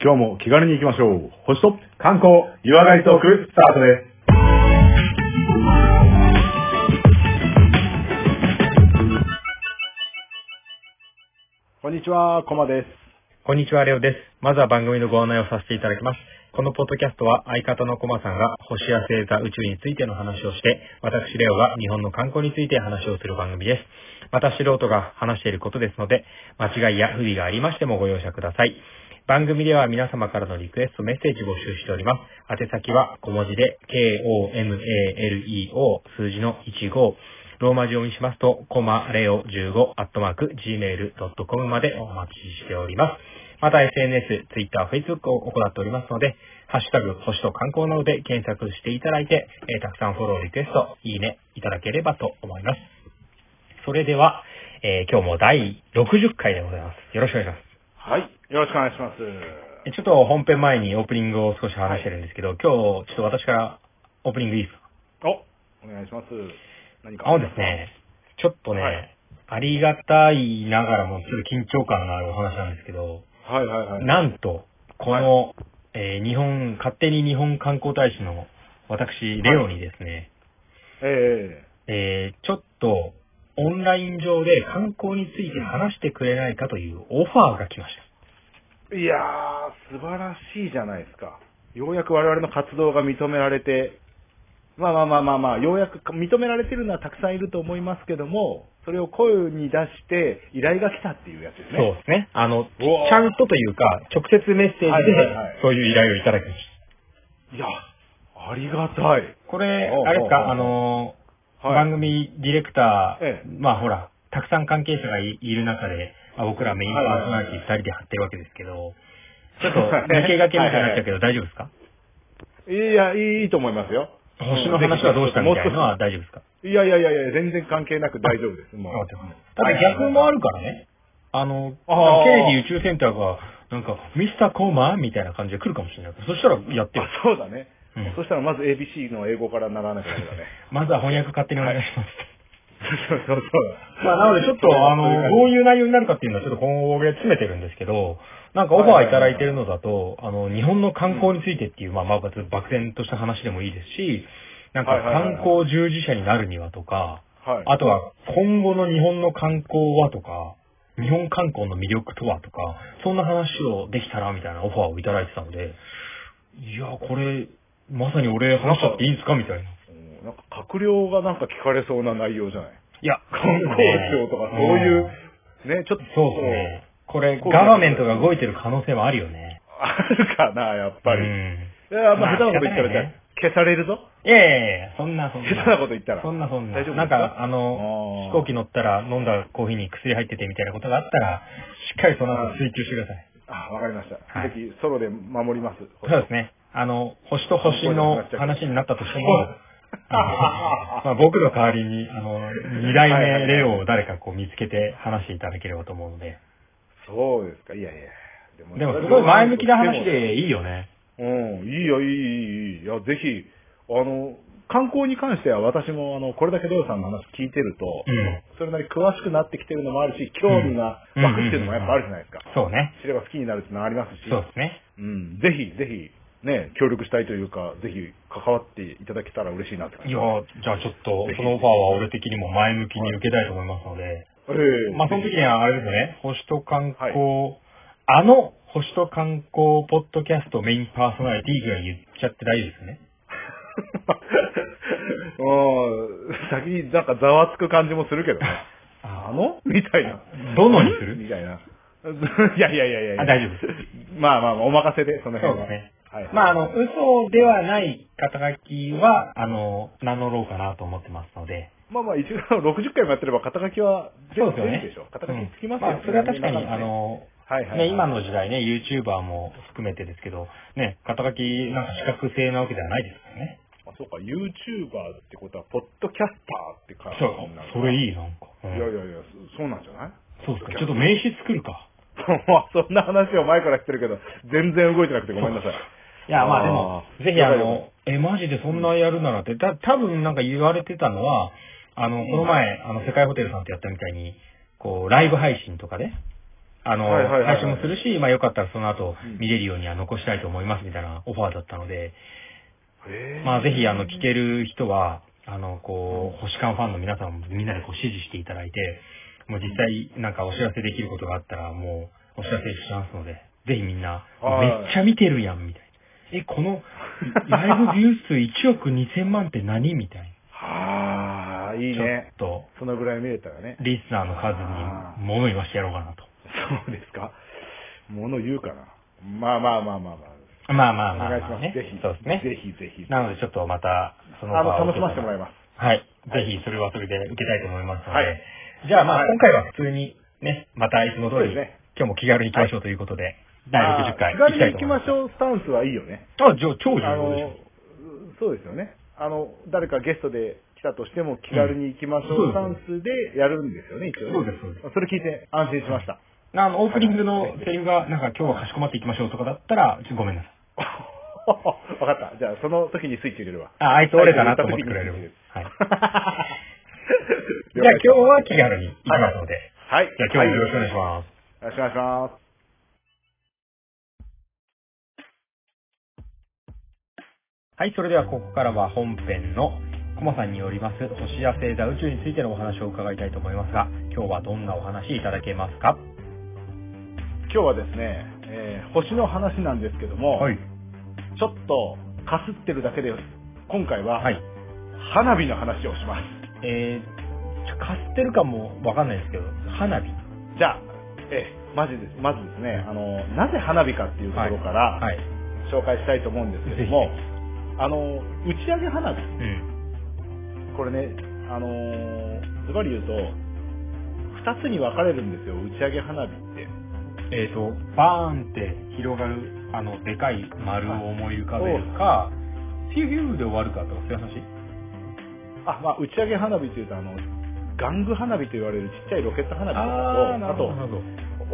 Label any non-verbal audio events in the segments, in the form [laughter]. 今日も気軽に行きましょう。星と観光、湯上がりトーク、スタートです。こんにちは、コマです。こんにちは、レオです。まずは番組のご案内をさせていただきます。このポッドキャストは相方のコマさんが星や星座、宇宙についての話をして、私、レオが日本の観光について話をする番組です。また素人が話していることですので、間違いや不備がありましてもご容赦ください。番組では皆様からのリクエスト、メッセージ募集しております。宛先は小文字で、k-o-m-a-l-e-o 数字の15、ローマ字をにしますと、コマレオ15、アットマーク、gmail.com までお待ちしております。また SNS、Twitter、Facebook を行っておりますので、ハッシュタグ、星と観光などで検索していただいて、えーたくさんフォロー、リクエスト、いいね、いただければと思います。それでは、えー今日も第60回でございます。よろしくお願いします。はい、よろしくお願いします。ちょっと本編前にオープニングを少し話してるんですけど、今日ちょっと私からオープニングいいですかお、お願いします。何か。あのです。ね、ちょっとね、はいありがたいながらもちょっと緊張感のあるお話なんですけど、はいはいはい。なんと、この、えー日本、勝手に日本観光大使の私、レオにですね、ええーちょっとオンライン上で観光について話してくれないかというオファーが来ましえいやー、素晴らしいじゃないですか。ようやく我々の活動が認められて、まあまあまあまあまあ、ようやく認められてるのはたくさんいると思いますけども、それを声に出して依頼が来たっていうやつですた。ね。そうですね。あの、ちうわーゃんとというか、直接メッセージで、はいはいはいそういう依頼をいただきました。いや、ありがたい。これおう、あれおうですおうか、あのはー、い番組ディレクター、ええまあほら、たくさん関係者がいいる中で、まあ、僕らメインパーソナリティ2人で張ってるわけですけ [laughs] ど、ちょっと抜けがけみたいになっちゃうけど大丈夫ですかいや、いいと思いますよ。星の話はどうしたみたいなのは大丈夫ですかいやいやいやいや、全然関係なく大丈夫です。もう。ただ逆もあるからね。あの、あーケネディ宇宙センターが、なんか、ミスターコーマーみたいな感じで来るかもしれないからそしたらやってあ [laughs] よ、そうだね。うんそしたらまず ABC の英語から習わなきゃダメだね。まずは翻訳勝手にお願いします。 [laughs] そうそうそう。まあ、なのでちょっと、あの、どういう内容になるかっていうのはちょっと今後で詰めてるんですけど、なんかオファーいただいてるのだと、あの、日本の観光についてっていう、まあ、まあ、漠然とした話でもいいですし、なんかはいはいはいはい観光従事者になるにはとか、はい。あとは今後の日本の観光はとか、日本観光の魅力とはとか、そんな話をできたらみたいなオファーをいただいてたので、いや、これ、まさに俺話しちゃっていいんですかみたいな。うんなんか閣僚がなんか聞かれそうな内容じゃないいや、観光庁とかそういう、ね、ちょっと。そうですね。これ、こうガバメントが動いてる可能性もあるよね。あるかな、やっぱり。ういん。や、まあ、下手なこと言ったらまあ仕方ないね消されるぞ。いやいやいや、そんな、そん下手なな。こと言ったら。そんな、そん大な丈夫。なんですか、かあの、飛飛行機乗ったら飲んだコーヒーに薬入っててみたいなことがあったら、しっかりその後追求してください。あ、わかりました。はいぜひ、ソロで守ります。そうですね。あの、星と星の話になったとしても、あのまあ、僕の代わりに、あの、二代はいはいは目いレオを誰かこう見つけて話していただければと思うので。そうですか。いやいや。でもでもすごい前向きな話。でいいよね。うん、いいよ、いい、いい、いい。いや、ぜひ、あの、観光に関しては私も、あの、これだけレオさんの話聞いてると、うん。それなりに詳しくなってきてるのもあるし、興味が湧くっていうのもやっぱあるじゃないですか。そうね。知れば好きになるっていうのはありますし、そうですね。うん、ぜひ、ぜひ、ね、協力したいというか、ぜひ関わっていただけたら嬉しいなって感いじ。や、じゃあちょっとぜひ、そのオファーは俺的にも前向きに受けたいと思いますので、ええまあそ [laughs] の時にはあれですよね、星と観光、はあの星と観光ポッドキャストメインパーソナリティぐらい言っちゃって大丈夫ですよね。うん、先になんかざわつく感じもするけど [laughs] ね。ああのみたいな。どのにするみたいな。 [laughs] いやいやいやいやいやあ大丈夫です。まあまあまあ、お任せで、そのそう辺では。すね。はい。まあ、あの、嘘ではない肩書きは、あの、名乗ろうかなと思ってますので。まあまあ、一応、60回もやってれば、肩書きは全部全部でしょ。肩書きつきますよ、うんまあ、それは確かに、あ、の、はいはいはいね、今の時代ね、YouTuber も含めてですけど、ね、肩書き、なんか資格制なわけではないですからね。あそうか、YouTuber ってことは、ポッドキャスターって感じそうになるそれい。いい、なんか。ういんやいやいや、そそうなんじゃない [laughs] そうっすか。ちょっと名刺作るか。まあそんな話を前からしてるけど、全然動いてなくてごめんなさい。いや、まあであも、ーぜひあ了解了の、え、マジでそんなやるならって、た多分なんか言われてたのは、あの、この前、あの、世界ホテルさんとやったみたいに、こう、ライブ配信とかで、あの、はいはいはいはい配信もするし、まあよかったらその後うん見れるようには残したいと思いますみたいなオファーだったので、へーまあぜひあの聞ける人は、あのこう、星間ファンの皆さんもみんなでこう支持していただいて、もう実際なんかお知らせできることがあったらもうお知らせしますので、ぜひみんな、はいめっちゃ見てるやんみたいな。え、このライブビュー数1億2000万って何みたいな。はあ、いいね。ちょっそのぐらい見れたらね。と、リスナーの数に物言わしてやろうかなと。そうですか。もの言うかな。まあまあまあまあままあまあ。あまおあ願いしままあ、す。ね。ぜひ。そうですね。ぜひぜひ。なのでちょっとまた、そのあの、場を楽しませてもらいます。はい。ぜひ、それはそれで受けたいと思いますので。はいじゃあ、まあ、はい今回は普通にね、またいつも通そうでり、すね今日も気軽に行きましょうということで、第60回あ行ーき気た軽に行いと思きいまますし。ょうスタンスはいいよね。あ、じゃあ、超重あ要のでしょ。、そうですよね。あの、誰かゲストで来たとしても気軽に行きましょううんスタンスでやるんですよね、一応ね。そうですそうですそれ聞いて安心しま [laughs] した。あの、オープニングはのいセリフが、なんか今日はかしこまっていきましょうとかだったら、ちょっとごめんなさい。わかった。じゃあ、その時にスイッチ入れるわ。あ、あいつ折れたなと思ってくれる。はい。じゃあ今日は気軽に行きますので、はい。じゃあ今日もよろしくお願いします。よろしくお願いします。はい、それではここからは本編のコマさんによります星や星座宇宙についてのお話を伺いたいと思いますが、今日はどんなお話いただけますか今日はですね、えー星の話なんですけども、はい。ちょっとかすってるだけで、今回は、はい。花火の話をします。えー、ちょカステルかもわかんないですけど、花火。じゃあ、えーまずですまずですね、あの、なぜ花火かっていうところから、はい。紹介したいと思うんですけども、あの、打ち上げ花火、うん。これね、あのー、ズバリ言うと、二つに分かれるんですよ、打ち上げ花火って。えーと、バーンって広がる、あの、でかい丸を思い浮かべるか、フィューフィューで終わるかとか、そういう話あ、まあ、打ち上げ花火っていうと、あの、ガング花火と言われるちっちゃいロケット花火ーとかと、あほど。と、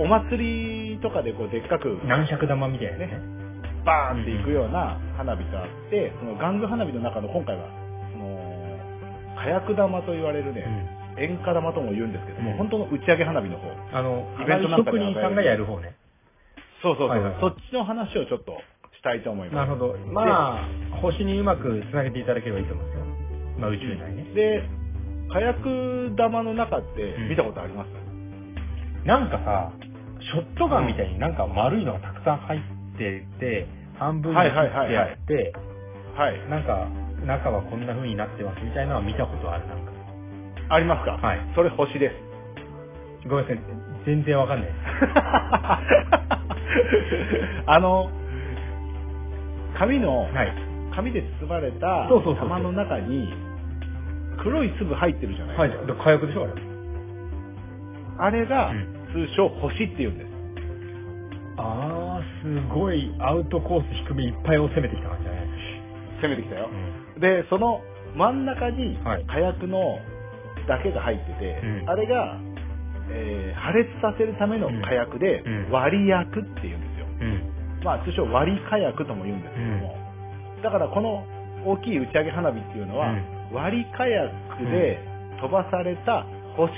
お祭りとかでこう、でっかく、軟尺玉みたいなね。バーンっていくような花火があって、そのガング花火の中の今回は、その、火薬玉と言われるね、塩化玉とも言うんですけども、うん本当の打ち上げ花火の方。あの、イベントなんか職で与える人さんがやる方ね。そうそうそう、はいはいはいそっちの話をちょっとしたいと思いまなす。るほど。まあ、星にうまくつなげていただければいいと思いますよ。まあ、宇宙内ね。で、火薬玉の中ってうん見たことあります、なんかさ、ショットガンみたいになんか丸いのがたくさん入ってて、半分に切はいってはいはいはいあって、はい。なんか、中はこんな風になってますみたいなのは見たことある、なんか。ありますかはいそれ星です。ごめんなさい、全然わかんないです。あの、紙の、はい。紙で包まれたそうそうそうそう玉の中に黒い粒入ってるじゃないはいですか。、で火薬でしょ、あれ。あれがうん通称星って言うんです。あー、すごいアウトコース低めいっぱいを攻めてきた感じだね。攻めてきたよう。ん。で、その真ん中にはい火薬のだけが入ってて、うんあれが、えー破裂させるための火薬でうんうん割薬って言うんですよ。うん。まあ通称割り火薬とも言うんですけども、だからこの大きい打ち上げ花火っていうのは、うん割り火薬で飛ばされた星、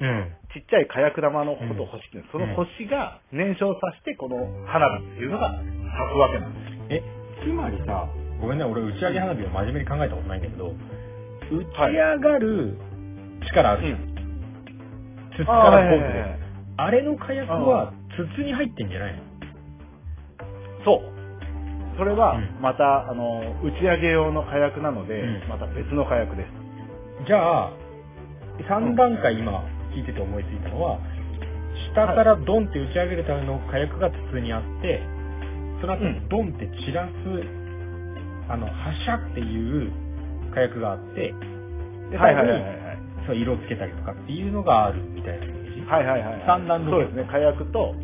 うん。ちっちゃい火薬玉のことを星っていうの、その星が燃焼させてこの花火っていうのが咲くわけなんです。え、つまりさ、ごめんね、俺打ち上げ花火を真面目に考えたことないんだけど、打ち上がる力あるじゃん。筒かあーらはいはいポンプではい。あれの火薬は筒に入ってんじゃないのそう。それはうんまた、あの打ち上げ用の火薬なので、うんまた別の火薬です。じゃあ、3段階今聞いてて思いついたのは、下からドンって打ち上げるための火薬が筒にあって、その後うんドンって散らす、あの、発射っていう火薬があって、で、はい最は後いにはいはい。そう色をつけたりとかっていうのがあるみたいなイメージ。はいはいはい、はい。三段ロそうケッでトすね。火薬と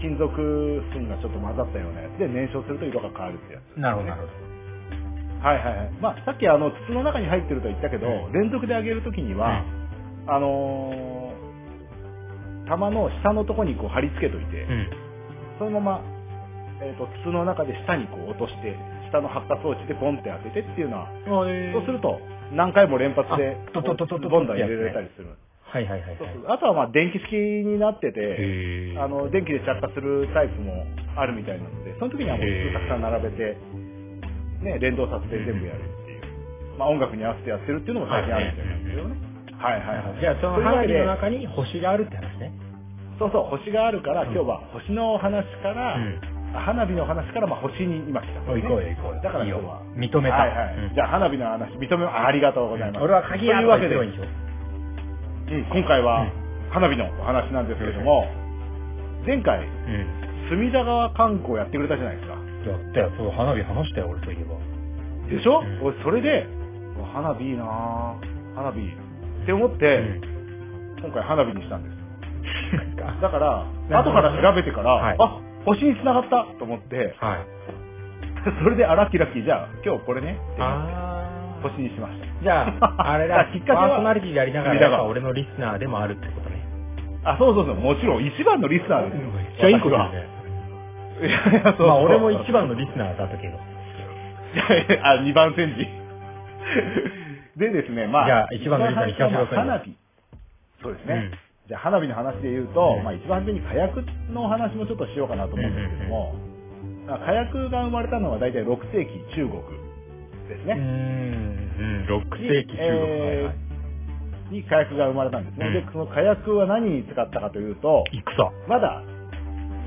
金属粉がちょっと混ざったようなやつで燃焼すると色が変わるってやつ。なるほど、なるほはいはいはい。まあさっきあの筒の中に入ってると言ったけど、うん連続で上げるときにど。は、あのー、玉の下のとこにこう貼り付けといて、うん。うんそのまま、えっ、と、筒の中で下にこう落として、下の発火装置でボンって当ててっていうのは、そうすると何回も連発であ、トトトトトトボンダー入れられたりする。はいはいはいそうはい。そうあとはまあ電気式になってて、へーあの電気で着火するタイプもあるみたいなので、その時にはもうへーたくさん並べて、ね、連動させて全部やるっていう、まあ、音楽に合わせてやってるっていうのも最近あるみたいなんですよね。はいはいはい。じゃあそのというわ花け火での中に星があるって話ね。そうそう、星があるから、今日は星の話から、うん花火の話から、まあ、星に今来た、おい行こうよ行こうよだから今日は。いいよ認めたはいはい。うんじゃあ、花火の話、認め、ありがとうございます。俺は鍵とやいうわけで、とうか言んってもいいでし今回うはん花火のお話なんですけれども、前回、ょうん。隅田川観光やってくれたじゃないですか。やったよ。そう、花火話したよ、俺といえば。でしょ、うん俺、それで、花火いいなぁ花火って思って、うん今回花火にしたんです。なんかだから、なる後ほかどら調べてから、はいあ、星に繋がったと思って、 [laughs] はい。それで、あら、キラキ、じゃあ、今日これね、あ星にしました。じゃあ、あ [laughs] れ [laughs] だきっ、かけパはーソナリティでありながら、君だやっがぱ俺のリスナーでもあるってことね。あ、そうそうそう、もちろん、一番のリスナーですよ。めっちゃいいこと [laughs] だね。いやいや、そうそう。まあ、俺も一番のリスナーだったけど。いやいや [laughs] あ、二番 [laughs] 煎じ。でですね、まあ、じゃあ一番のリスナーに聞かせてくださいよ花火。そうですね。うんじゃあ、花火の話で言うと、うんまあ、一番初めに火薬のお話もちょっとしようかなと思うんですけども、まあ火薬が生まれたのは大体6世紀中国ですうね。ん、うん、6世紀中国。はいえはいーに火薬が生まれたんですね。うでん、その火薬は何に使ったかというと、戦。まだ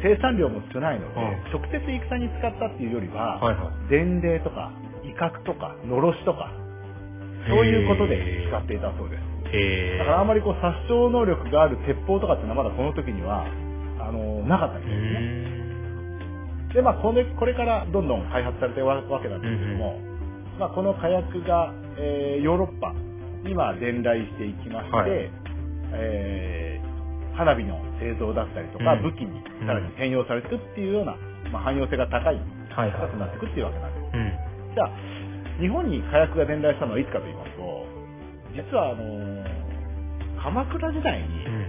生産量も少ないので、直うん接戦に使ったっていうよりは、はいはい。伝令とか威嚇とかのろしとかそういうことで使っていたそうですへだからあんまりこう殺傷能力がある鉄砲とかっていうのはまだこの時にはあのなかったみたいですねでまあこれこれからどんどん開発されてるわけなんですけども、まあ、この火薬が、えーヨーロッパにまあ伝来していきまして、はいえー花火の製造だったりとか、うん武器にさらに転用されていくっていうような、まあ、汎用性が高いはいは高くなっていい。くっていうわけなんですうん。じゃあ、日本に火薬が伝来したのはいつかと言いますと、実はあのー鎌倉時代にうん。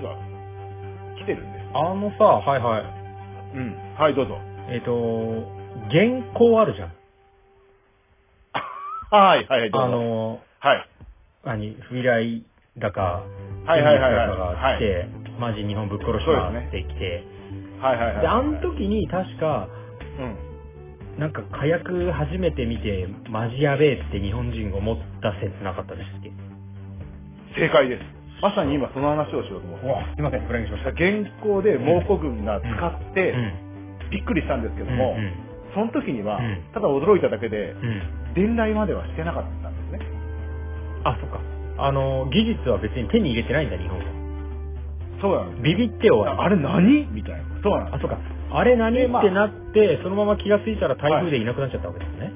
実は来てるんです。あのさ、はいはい。うん。はい、どうぞ。 [laughs] えっ、と、原稿あるじゃん。はい、はい、どうぞ。あの、はい。何、未来だか、はいはいはいはい現実だかが来て、マジ日本ぶっ殺しそまうですっねてきて、はい、はい、はい。で、あの時に確か、うん。なんか火薬初めて見て、マジやべえって日本人が思った説なかったでしたっけ正解です。まさに今その話をしようと思って。わ、すいません、フライングしました。現行で蒙古軍が使っうて、ん。びっくりしたんですけどうん。も、その時にはうん、ただ驚いただけで、うんうん。伝来まではしてなかったんですね。あ、そっか。あの、技術は別に手に入れてないんだ、日本は。そうなんです。ビビって終わり。あれ何みたいな。そうなんですあ、。そうか。あれ何でまあってなって、そのまま気がついたら台風でいなくなっちゃったわけですね。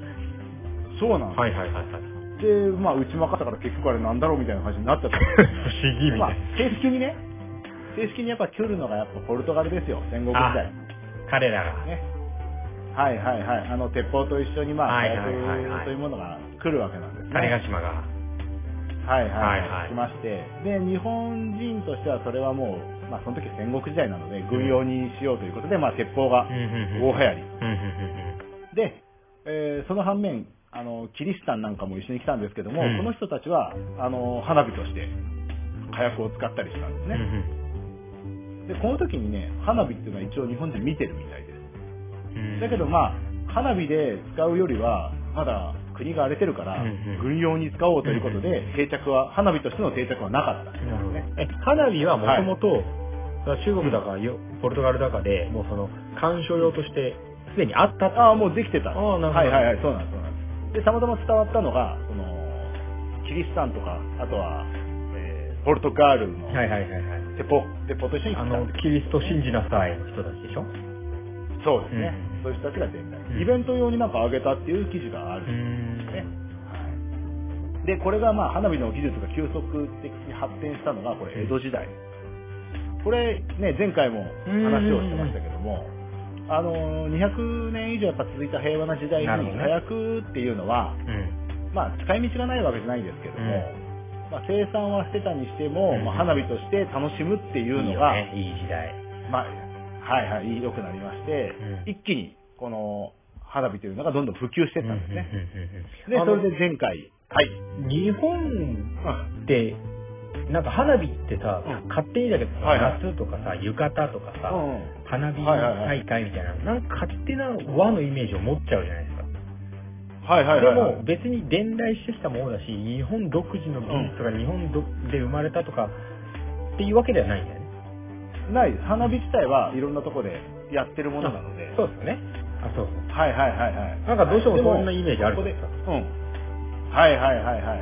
そうなんです。はい [laughs] はいはいはい。で、まあ、打ち負かったから結局あれなんだろうみたいな感じになっちゃ [laughs] ったん不で思議すよ。みまあたい、正式にね、正式にやっぱ来るのがやっぱポルトガルですよ、戦国時な。あ代。、彼らが。ね。はいはいはい。あの、鉄砲と一緒にまあ、はい火はいはいはい薬というものが来るわけなんですね。種ヶ島が。はいはいはいはい来まして。で、日本人としてはそれはもう、まあ、その時戦国時代なので、軍用にしようということで、まあ、鉄砲がうん大うん流うん。うんうん行り。うんで、えーその反面、あの、キリシタンなんかも一緒に来たんですけども、うんこの人たちは、あの、花火として火薬を使ったりしたんですうね。んうんで、この時にね、花火っていうのは一応日本人見てるみたいです。うん。だけどまあ、花火で使うよりは、まだ国が荒れてるからうんうん、軍用に使おうということで、定着は、花火としての定着はなかったんですなるほどね。ね。え、花火はもともと、それは中国だか、よポルトガルだかで、もうその、鑑賞用として、すでにあったってことああ、もうできてた。ああなるほどはいはいはい、そうなんです、そうなんです。で、たまたま伝わったのが、その、キリシタンとか、あとは、えーポルトガルのはいはいはいはい。鉄砲、鉄砲と一緒に来たあの、キリスト信じなさいの人たちでしょそうですね、うんそういう人たちが伝来、うんイベント用になんかあげたっていう記事があるんですね、はい、でこれがまあ花火の技術が急速的に発展したのがこれ江戸時代これね前回も話をしてましたけども、あの200年以上やっぱ続いた平和な時代になるほどね火薬っていうのは、うん。まあ、使い道がないわけじゃないんですけども、まあ、生産はしてたにしても、うんまあ、花火として楽しむっていういいのよが、ね。いい時代。まあ、はいはい、良くなりまして、うん一気に、この、花火というのがどんどん普及していったんですね。で、あそのれで前回、はい。日本うんって、なんか花火ってさ、うん勝手にだけどさ、はいはい夏とかさ、浴衣とかさ、うん花火はいはいは大会みたいな、なんか勝手な和のイメージを持っちゃうじゃないですか。はいはいはいはい。でも別に伝来してきたものだし、日本独自の技術とか、日本どで生まれたとかっていうわけではないんだよね。ないです花火自体はいろんなとこでやってるものなので。そうですよね。あ、そうそう。はいはいはいはい。なんかどうしてもでそんなイメージあるここで、じゃないでうん。はいはいはいは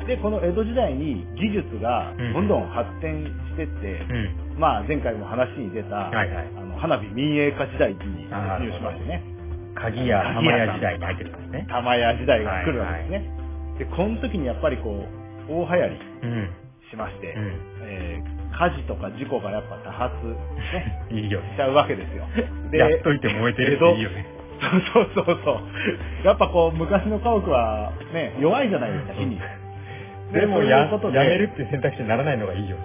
い。で、この江戸時代に技術がどんどん発展してって、うん。まあ前回も話に出た、はいはいあの花火民営化時代に突入しましてね、鍵や鍵玉屋さん屋時代に入ってるんですね。玉屋時代が来るわけですね。で、この時にやっぱりこう、大流行りうん。しまして、うんえー火事とか事故がやっぱ多発、ね、 [laughs] いいよしね。。ちゃうわけですよやっといて燃えてるっていいよね。江戸そうそうそうそう。やっぱこう、昔の家屋はね、弱いじゃないですか、火に。でもそうやいうことでやめるっていう選択肢にならないのがいいよね。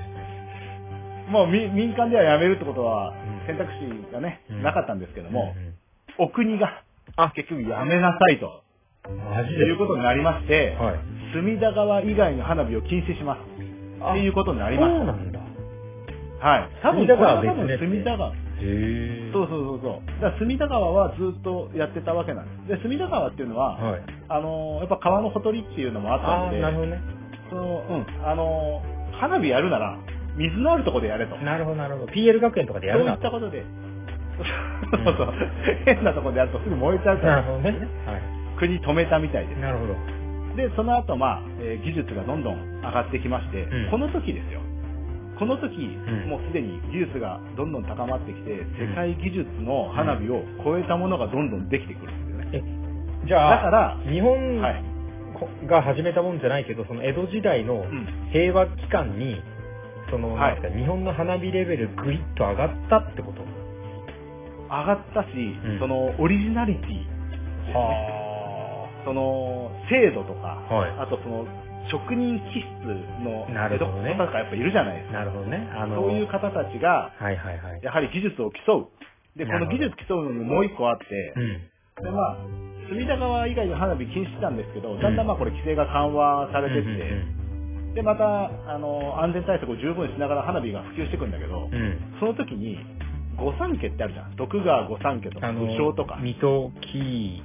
もう民民間ではやめるってことはうん選択肢がね、うんなかったんですけども、んんお国が、あ結局やめなさいと、マジとでいうことになりまして、はい。隅田川以外の花火を禁止します。あっていうことになりまそうしなんだ。へた。はい。多分隅田川はこれは多分別ですね隅田川。え。そうそうそうそう。だから隅田川はずっとやってたわけなんです。で、隅田川っていうのは、はい。あのーやっぱ川のほとりっていうのもあったあのあ、で、なるほどね。そのうん、あのー花火やるなら、水のあるとこでやれと。なるほど、なるほど。PL 学園とかでやるそういな。ったことで、そうそう、変なとこでやるとすぐ燃えちゃうかなるら、ほどね。は国止めたみたいでい。なるほど。す。で、その後、まあ、えー技術がどんどん上がってきまして、うんこの時ですよ。この時、んもうすでに技術がどんどん高まってきて、世界技術の花火を超えたものがどんどんできてくるんですよね。え、じゃあ、だから日本はいこが始めたもんじゃないけど、その江戸時代のん平和期間に、その、はいなんか日本の花火レベルぐいっと上がったってこと上がったし、んそのオリジナリティはその制度とか、はいあとその職人気質のなるほどね江戸っ子とかやっぱいるじゃないですか、なるほどね。あの、そういう方たちがはいはいはい。やはり技術を競うでこなるのほど技術競うのにもう一個あって、うん。でまあ隅田川以外の花火禁止してたんですけど、んだんだんまあこれ規制が緩和されてって、うんでまたあの安全対策を十分しながら花火が普及していくんだけど、うんうん。うんその時に御三家ってあるじゃん徳川御三家とかあの、武将とか水戸、紀伊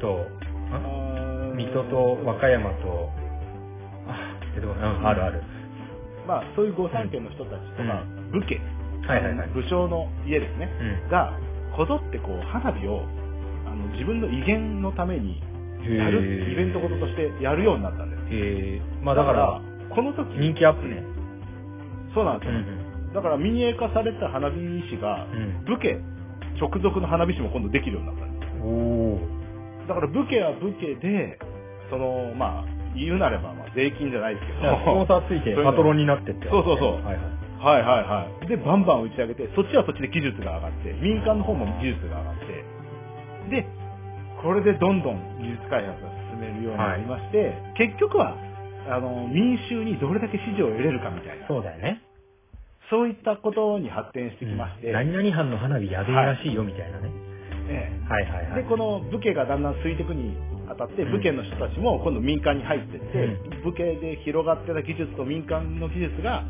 と、うあーん水戸と和歌山と、あ、出てこないうんあるある。まあ、そういう御三家の人たちとか、武家、はいはいはい武将の家ですね、うんがこぞってこう花火をあの自分の威厳のためにやるイベントこととしてやるようになったんです。えー、まあだから、この時人気アップね。そうなんでうすよ、んだから民営化された花火師が、ん武家直属の花火師も今度できるようになったんでうん。おー。す。だから武家は武家で、そのまあ言うなればまあ税金じゃないですけど、じゃ [laughs] あスポンサーついてそううのパトロンになってって。そうそうそうはいはい。はいはいはい。で、バンバン打ち上げて、そっちはそっちで技術が上がって、民間の方も技術が上がって、で、これでどんどん技術開発が進めるようになりまして、結局は、あの、民衆にどれだけ支持を得れるかみたいな、そうだよね。そういったことに発展してきまして、何々班の花火やべえらしいよみたいなね。えはいはいえはい。で、この武家がだんだん空いていくにあたって、うん武家の人たちも今度民間に入ってって、う武家で広がってた技術と民間の技術が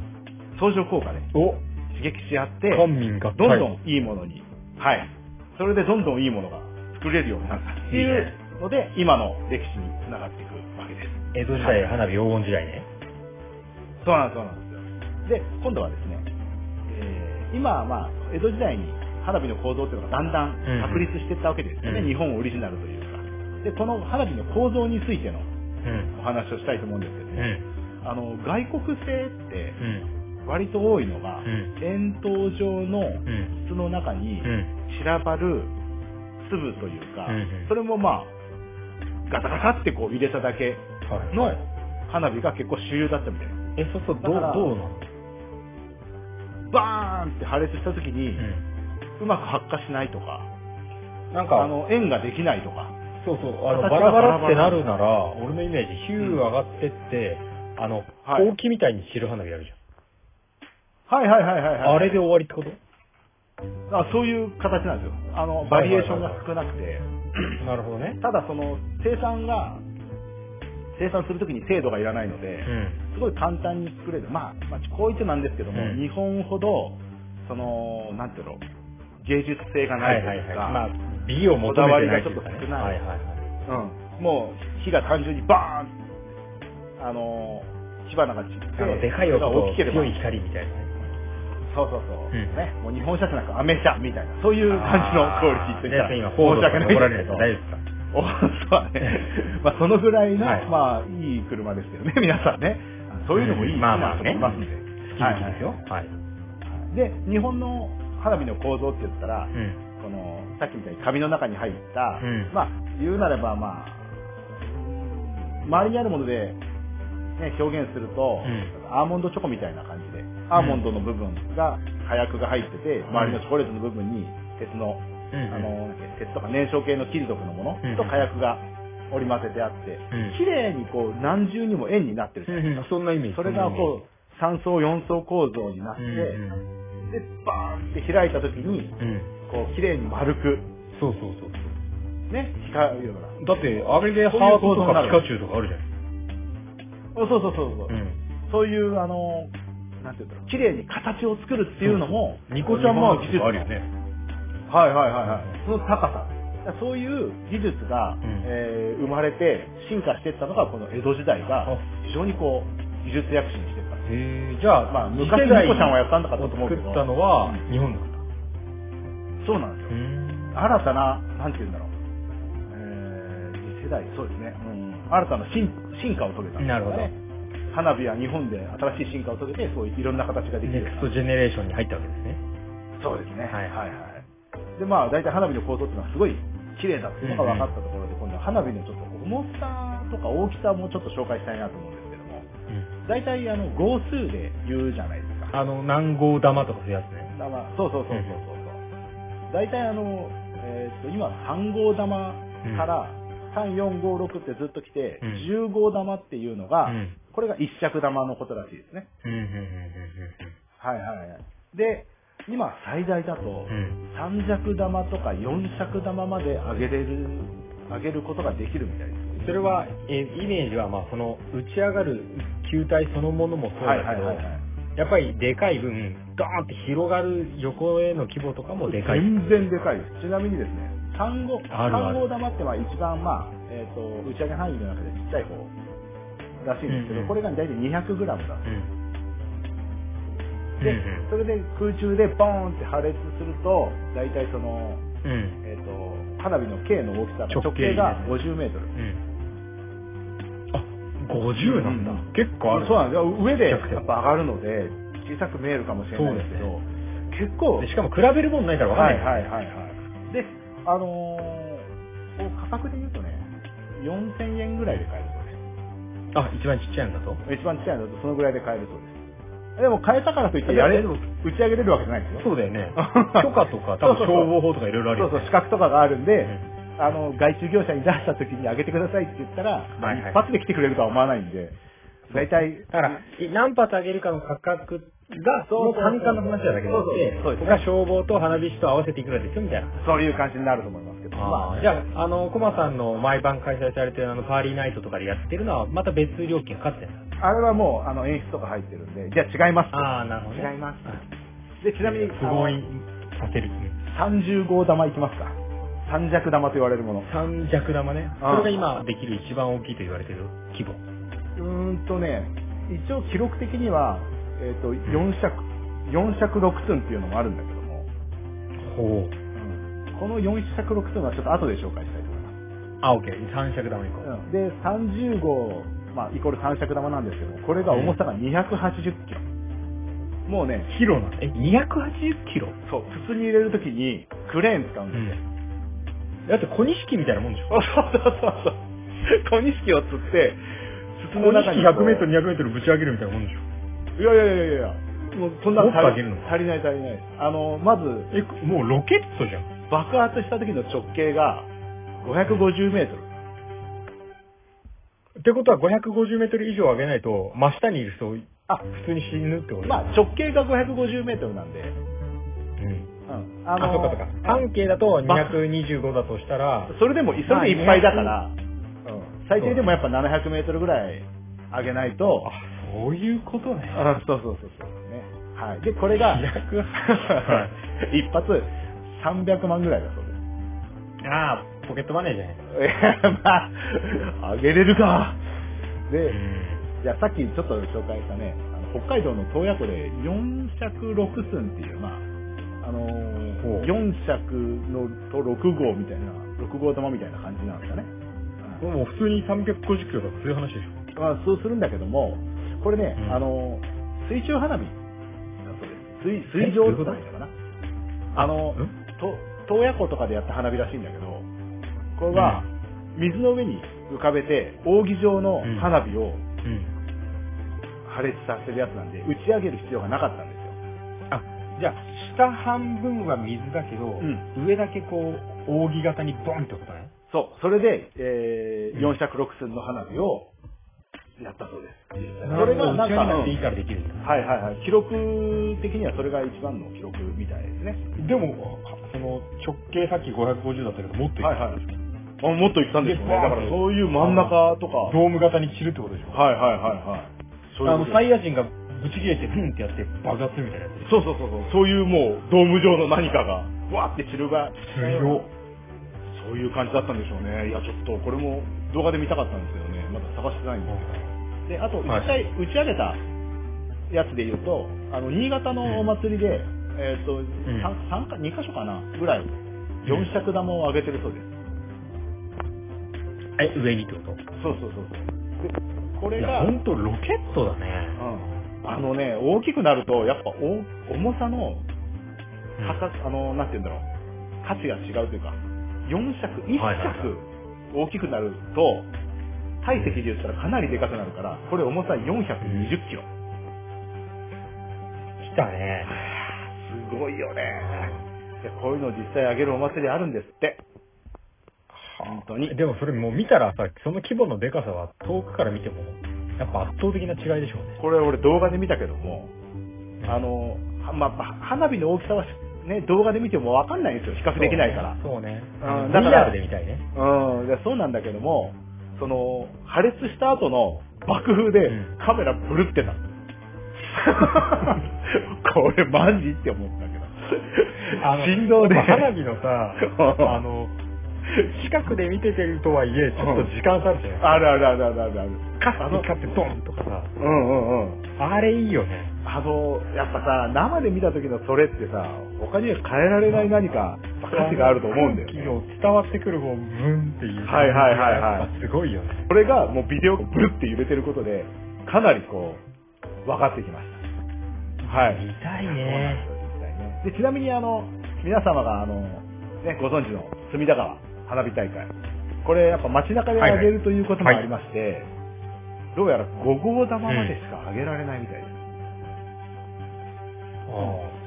相乗効果でお刺激し合って、官民合体。どんどんいいものに、はい。それでどんどんいいものが作れるようになったっていいいねうので、今の歴史につながっていくわけです。江戸時代花火黄金時代ね。そうなんです、そうなんですよ。で、今度はですね、えー今はまあ、江戸時代に花火の構造っていうのがだんだん確立していったわけですよね、うん日本オリジナルというか。で、この花火の構造についてのうん。お話をしたいと思うんですけどうね、ん。あの、外国製ってうん。割と多いのが、うん円筒状のうん。筒の中に、うん。散らばる粒というか、うんうんそれもまあ、ガタガタってこう入れただけはい。の花火が結構主流だったみたいな。え、そうするとどう、だからどうなのバーンって破裂した時に、ううまく発火しないとか、ん。なんあか、の、円ができないとか。そうそう、あ形の、がバラバラってバラバラなるなら、俺のイメージ、ヒュー上がってって、あの、はいほうきみたいに散る花火やるじゃん。はいはいはいはい、はい。あれで終わりってことあそういう形なんですよ。あの、バリエーションが少なくて、なるほどね。ただその、生産が、生産するときに精度がいらないのでう、ん。すごい簡単に作れる。まあ、まあ、こう言ってなんですけども、うん日本ほど、その、なんていうの、芸術性がはないいとはいいうはい。か、まあ、美を求めてないというかね。こだわはりいはいはい。うん、もう火が単純にバーンあの火花が散ってあの、でかい音火がと大きければ強い光みたいなね。そうそうそう、うんね、もう日本車じゃなくアメ車みたいなそういう感じのクオリティってあー皆さん今、フォードとかに怒られるんです申大丈夫ですか [laughs] おそうだ [laughs] ねまあそのぐらいの、はいまあいい車ですよね皆さんねあそういうのもいいまあまあねいいなと思いますんで好き好きですよ。はいはい。はいで日本の花火の構造って言ったら、うん。このさっきみたいに紙の中に入った、うんまあ言うなればまあ周りにあるもので、ね、表現すると、うアーモンドチョコみたいな感じでアーモンドの部分が火薬が入ってて、ん周りのチョコレートの部分に鉄の,、うん。あの鉄とか燃焼系の金属のものうんと火薬が織り交ぜてあって、ん綺麗にこう何重にも円になってるじうゃんないうん、そんなイメージ。それがこう3層4層構造になって、うんうんでバーンって開いた時にうん。こう綺麗に丸くそうそうそうそう。ね、光るような。だって、あれでそハうーいうト構と造になかるピカチュウとかあるじゃないそうそうそうそう。ううん。そういう、あの、なんていうんだろう、綺麗に形を作るっていうのも、ニコちゃんマークとかあるよね。ね。はいはいはいはい。その高さ。そういう技術が、んえー生まれて進化していったのが、この江戸時代あが、非常にこう、技術躍進していった。へえ、じゃまあ、あ次昔世代ニコちゃんはやったんだからと思うけど作ったのは、日本だった。そうなんですよ。ん。新たな、なんていうんだろう。えー次世代、そうですね。うん新たな進進化を遂げたんですよね。なるほど花火は日本で新しい進化を遂げて、そういういろんな形ができるよネうになった。クストジェネレーションに入ったわけですね。そうですね。はいはいはい。で、まあ、大体花火の構造っていうのはすごい綺麗だっていうのが分かったところで、今度は花火のちょっと重さとか大きさもちょっと紹介したいなと思うんですけども、大体、あの、号数で言うじゃないですか。あの、南郷玉とかそういうやつね。だまあ、そうそうそうそうそうそう。大体、あの、えーっと、今、3号玉から、3、4、5、6ってずっと来て、うん10号玉っていうのが、うんこれが一尺玉のことらしいですね。うん、うん、はいはいはい。で、今、最大だと、うん、うん。三尺玉とか四尺玉まで上げれる、上げることができるみたいです。それは、えーイメージは、まあ、その、打ち上がる球体そのものもそうだけど、やっぱりでかい分、ドーンって広がる横への規模とかもでかい。全然でかいです。ちなみにですね、三号、あるある三号玉ってまあ一番まあ、えっ、と、打ち上げ範囲の中でちっちゃい方らしいんですけど、うんうんこれが大体 200g だと。うん。で、うんそれで空中でボーンって破裂すると、大体その、うん。えっ、と、花火の径の大きさが直径直径が50メートル。うん。あ、50なんだ。うん結構ある。そうなんですよ上でやめちゃくちゃっぱ上がるので小さく見えるかもしれないですけど結構でしかも比べるもんないからわはかんないい。はいはいはいであのーこう価格で言うとね4000円ぐらいで買えるあ、一番ちっちゃいんだそと。うです一番ちっちゃいのだとそのぐらいで買えるそうですでも買えたからといってやれるでも打ち上げれるわけじゃないんですよそうだよね。 [laughs] 許可とか、多分そうそうそう消防法とかいろいろあそるようそうね。資格とかがあるんで、うんあの外注業者に出した時にあげてくださいって言ったら、まあはいはい一発で来てくれるとは思わないんで大体だから、い何発上げるかの価格が、そそうそのうそう単価の話だけであっそて、うそうそうここが消防と花火師と合わせていくらですよみたいな。そういう感じになると思いますけどまあーじゃあ、あの、コマさんの毎晩開催されてるあの、パーリーナイトとかでやってるのは、また別料金かかってるんだ。あれはもうあの演出とか入ってるんで、じゃあ違います。ああ、なるほど、ね。違いますあ。で、ちなみに、すごい、させる。あの30号玉いきますか。三尺玉と言われるもの。三尺玉ね。そあーれが今できる一番大きいと言われてる規模。うーんとね、一応記録的には、えっ、と、4尺、4尺6寸っていうのもあるんだけども、ほう。この4尺6寸はちょっと後で紹介したいと思います。あ、オッケー。三尺玉いこう。うん、で、30号、まあ、イコール三尺玉なんですけども、これが重さが280キロ。もうね、キロなのえ、280キロそう、筒に入れるときにクレーン使ううんですよ。ん。だって小錦みたいなもんでしょそうそうそうそう。小錦を釣って、筒の中にこう。 100メートル、200メートルぶち上げるみたいなもんでしょいやいやいやいやいや。もうそんなのもっと上足げりるの足りない足りない。あの、まず、え、もうロケットじゃん。爆発した時の直径が550メートル。ってことは550メートル以上上げないと、真下にいる人、あ普通に死ぬってことまあ、直径が550メートルなんで、うん。うん。あのあ、そうかそうか。半径だと225だとしたら、それでも、それでいっぱいだから、うん最低でもやっぱ700メートルぐらい上げないと、あ、そういうことね。あそうそうそうそう、ねはい、でこれが200 [laughs] 一発300万ぐらいだそうですああ、ポケットマネーじゃないいやまあ上げれるかでじゃあさっきちょっと紹介したねあの北海道の洞爺湖で4尺6寸っていうまああのほうー、4尺のと6号みたいな6号玉みたいな感じなんですかね、うんもう普通に350キロとかそういう話でしょ。まあ、そうするんだけども、これね、うんあの、水中花火だそうです。水え水上どういうこと花火だかな。あのん、と、洞爺湖とかでやった花火らしいんだけど、これは、水の上に浮かべて、扇状の花火をうん。破裂させるやつなんで、打ち上げる必要がなかったんですよ。あ、じゃあ、下半分は水だけど、う上だけこう、扇形にボンってことね。そう、それで、えー、う4ん尺6寸の花火を、やったそうです。そそれれががななんんか、か、打ち上げなくていいからできるんだ。はいはいはい。記録的にはそれが一番の記録みたいですね。でも、その直径さっき550だったけど、もっといくはいはい。あもっと行ったんですよね。でバーンだからそういう真ん中とか。ドーム型に散るってことでしょ。はいはいはいはい。そういあうこの、とサイヤ人がぶち切れて、ふんってやって爆発するみたいなやつ。そうそうそうそう。そういうもうドーム状の何かが、わーって散るが、強っそういう感じだったんでしょうね。いや、ちょっとこれも動画で見たかったんですけどね。まだ探してないんですけど。で、あと、はい一回打ち上げたやつで言うと、あの、新潟のお祭りで、えっと、三か、2箇所かなぐらい、4尺玉を上げてるそうです。え、上にってことそうそうそうそう。で、こいれや、が、ほんとロケットだね。うんあのね、大きくなると、やっぱお重さの価格、あの、なんて言うんだろう、価値が違うというか、4尺、1はいはいはい尺大きくなると、体積で言ったらかなりでかくなるから、これ重さ420キロ。来たね。すごいよね。でこういうのを実際あげるお祭りあるんですって。本当に。でもそれもう見たらさ、その規模のでかさは遠くから見ても、やっぱ圧倒的な違いでしょうね。これ俺動画で見たけども、あの、はまあ、花火の大きさはし、ね、動画で見てもわかんないんですよ。比較できないから。そうね。うんだだか、からら VR で見たいね。うん、でそうなんだけども、その、破裂した後の爆風でうんカメラブル [laughs] ってなった。これマジって思ったけど。振動で。、やっぱ花火のさ [laughs] あの、近くで見ててるとはいえ、ちょっと時間差あるじゃないあるあるあるあるあるある。カッて光ってドンとかさ、うんうんうん。あれいいよね。あの、やっぱさ、生で見た時のそれってさ、他には変えられない何か価値があると思うんだよね。空気の伝わってくる方、ブンっていう。はいはいはいはいやっぱすごいよね。これがもうビデオがブルって揺れてることで、かなりこう、分かってきました。はい。見たいそうなんでね。すよ実際ねでちなみにあの皆様があの、ね、ご存知の隅田川花火大会これやっぱ街中ではいは上いげるということもあはいりまして、どうやら5号玉までしか上げられないみたいです、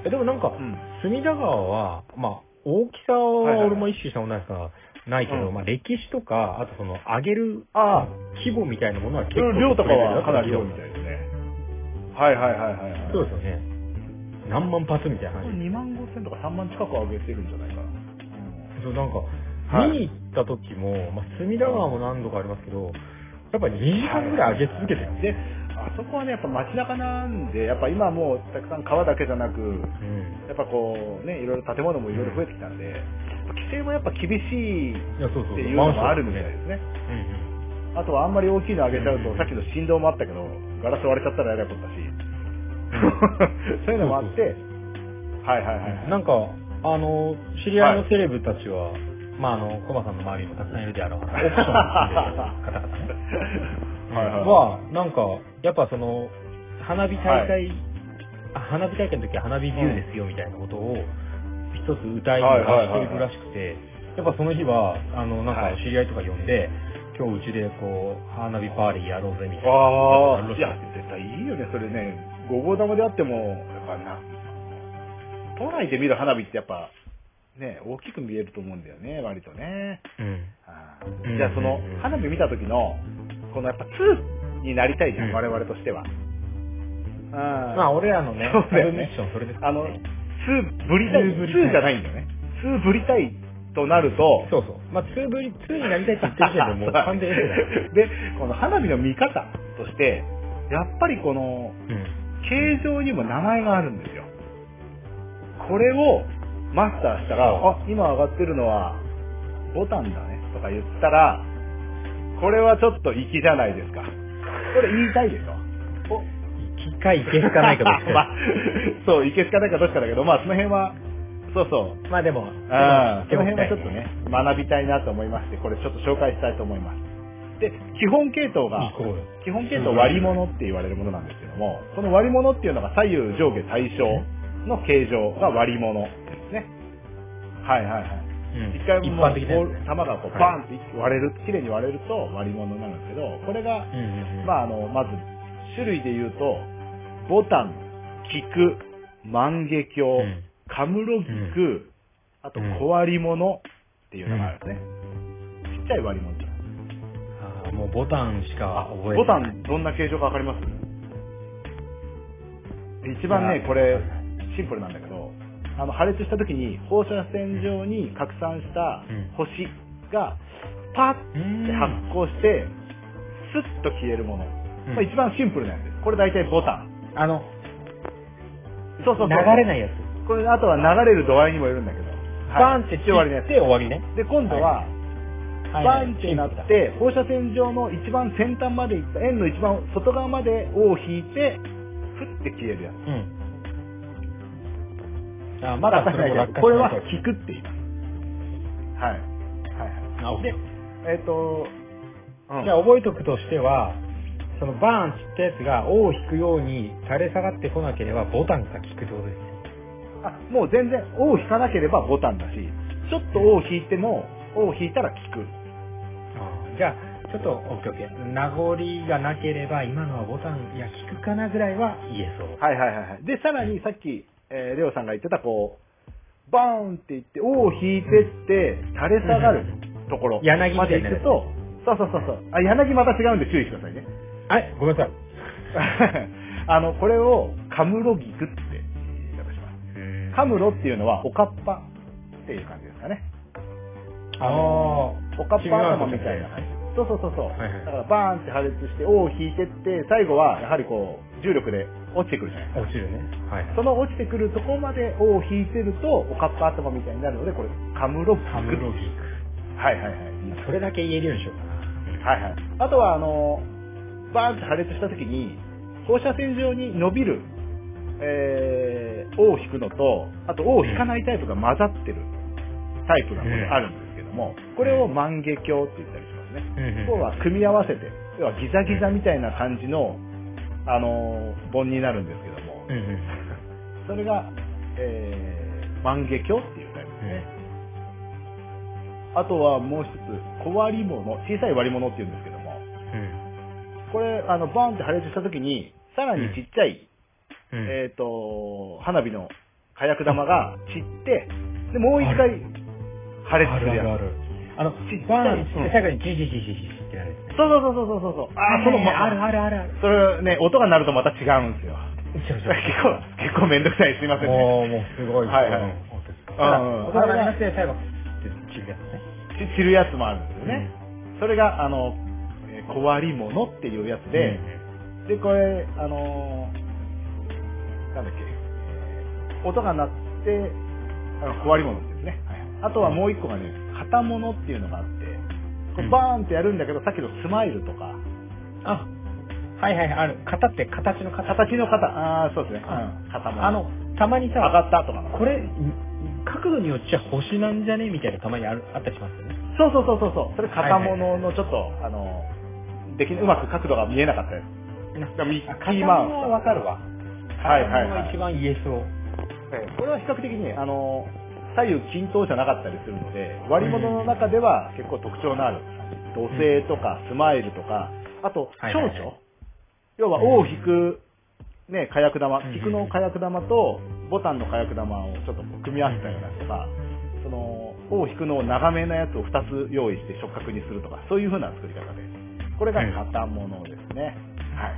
えでもなんか、ん隅田川は、まあ、大きさはいはいははい俺も意識したことないですから、ないけど、うんまあ、歴史とか、あとその、上げるああ規模みたいなものは結構、量とかはかなり多多いみたいですねはいはいはいはいはいそうですよね。何万発みたいな話。 2万5千とか3万近く上げてるんじゃないかな、そう、なんか、はい見に行った時も、まあ、隅田川も何度かありますけど、やっぱ2時間ぐらい上げ続けてる。であそこはねやっぱ街中なんでやっぱ今もうたくさん川だけじゃなくうん。やっぱこうね、いろいろ建物もいろいろ増えてきたんで、やっぱ規制もやっぱ厳しいっいや、そうそうそう。ていうのもあるみマたいンションでですね。すね。うんうん。あとはあんまり大きいの上げちゃううんと、さっきの振動もあったけど、ガラス割れちゃったらやばいことだ [laughs] し、そういうのもあって、はいはいはいはい。なんか、あの、知り合いのセレブたちは、まあ、あの、コマさんの周りにもたくさんいるであ [laughs] ろう、オプションっていう方々ね。はいはいは、なんか、やっぱその、花火大会、あ花火大会の時は花火ビューですよみたいなことを、一つ歌いに出しているらしくて、やっぱその日は、あの、なんはかい知り合いとか呼んで、今日うちでこう、花火パーリーやろうぜみたいな。ああ、やついがやあるらしくて、絶対いいよね、それね。五号玉であっても、やっぱな、都内で見る花火ってやっぱ、ね、大きく見えると思うんだよね、割とね。うん。あうんーじゃあそのうん花火見た時のこのやっぱ2になりたいじゃん、うん我々としては。ままあ、俺らのね、そうだよサブミねッションそれですねあの2ぶりたい。ツーぶりたい2じゃないんだよね。2ぶりたいとなると、そうそう。まあ、2ぶり、2になりたいって言ってる時点 [laughs] でもう完全に [laughs] で、この花火の見方として、やっぱりこの、うん。形状にも名前があるんですよ。これをマスターしたら、あ、今上がってるのはボタンだねとか言ったら、これはちょっと粋じゃないですか。これ言いたいでしょ。お機械いけつかないか [laughs] どっちまあか。そう、いけつかないかどっちかだけど、まあその辺は、そうそう、 [laughs] まあでも、ああ、そでのも辺はちょっとね、学びたいなと思いまして、これちょっと紹介したいと思います。で、基本系統が行、こうよ。基本系統割り物って言われるものなんですけども、この割り物っていうのが左右上下対称の形状が割り物ですね。はいはいはい。うん一回一もう、般的なやボつーねル玉がこうはいバンって割れる、綺麗に割れると割り物なんですけど、これが、うんうんうん。まああの、まず、種類で言うと、ボタン、菊、万華う鏡、んカムロギク、あとうん小割り物っていうのがあるんですね。ちっちゃい割り物じゃん。あーもうボタンしか覚えボタない。ンどんな形状かわかります一番いねや、これ、シンプルなんだけど、あの破裂した時に放射線状に拡散したうん星がパッて発光して、スッと消えるもの。うんまあ一番シンプルなやつです。これ大体ボタン。あの、そうそうそう。流れないやつ。これ、あとは流れる度合いにもよるんだけど。バーンって一応あれのやつで終わりね。で、今度は、はいバンってなって、放射線上の一番先端まで行った、円の一番外側まで尾を引いて、ふって消えるやつ。うん。あ、まだそれも落下これはして引くって言います。はい。はいなはいい。で、えっ、と、うんじゃあ覚えとくとしては、そのバーンって言ったやつが、尾を引くように垂れ下がってこなければ、ボタンが効くってことですよ。あ、もう全然、尾を引かなければボタンだし、ちょっと尾を引いても、尾を引いたら効く。じゃあ、ちょっと、オッケーオッケー。名残がなければ、今のはボタン、いや、効くかなぐらいは言えそう。はいはいはいはい。で、さらにさっき、えー、レオさんが言ってた、こう、バーンって言って、尾を引いてって、垂れ下がるところうん柳みたまでいな行やくつと、そうそうそうそう。あ、柳また違うんで注意してくださいね。 [laughs] はい、ごめんなさい。あの、これを、カムロギクって言い方します。カムロっていうのは、おかっぱっていう感じですかね。あのおかっぱ頭みたいな感じ。そうそうそうそう。はいはいだから、バーンって破裂して、尾を引いてって、最後は、やはりこう、重力で落ちてくるじゃないですか。落ちるね。はいはい。その落ちてくるとこまで尾を引いてると、おかっぱ頭みたいになるので、これ、カムロギク。カムロギはいはいはい。ク。それだけ言えるようにしようかな。はいはい。あとは、あの、バーンって破裂した時に、放射線上に伸びる、えー、尾を引くのと、あと尾を引かないタイプが混ざってるタイプがこれあるんですけども、これを万華鏡って言ったりしますね。うんうん要は組み合わせて、要はギザギザみたいな感じの、あのー、盆になるんですけども、うんうん。それが、えー、万華鏡っていうタイプですね。あとはもう一つ、小割り物、小さい割り物っていうんですけども、うん。これ、あの、バーンって破裂した時に、さらにちっちゃい、うん。えっ、と、花火の火薬玉が散って、で、もう一あ回破裂あするるやあるあつ。る。あの、ちっちバゃいーンって最後にジジジジジジってなるやつね。そうそうそうそうそうそう。あー、その、あるあるあるある。それね、音が鳴るとまた違うんですよ。ちょ [laughs] 結ちょ構、結構めんどくさい。すいませんね。もう、もうすごい。はいはいうたんだ、うん音が鳴りまして、最後、って散るやつね。ち散るやつもあるんですよね。それが、あの、えー小割り物っていうやつで、で、これ、あのーなんだっけ、えー音が鳴って、あの、小割り物ですね。あとはもう一個がね、型物っていうのがあって、こううんバーンってやるんだけど、さっきのスマイルとか、あ、はいはい、ある。型って形の形。形の型、ああ、そうですね、うん、型物。あの、、たまに上さ、がったとかの。これ、角度によっちゃ星なんじゃねみたいなたまにあるあったりしますよね。そうそうそうそうそう、それ型はいはい物のちょっと、あの、でき、うまく角度が見えなかったやつ。からミッキーあ型物マウスはわかるわ。はいはいはい型物が一番言えそう。えーこれは比較的にね、あのー左右均等じゃなかったりするので、割り物の中では結構特徴のある、土星とかスマイルとか、あと、はい蝶はい々、はい要は、尾を引く、ね、火薬玉うんうん、菊の火薬玉とボタンの火薬玉をちょっと組み合わせたようなやつとか、その、尾を引くのを長めなやつを2つ用意して触角にするとか、そういう風な作り方で、これが型物ですね。はい。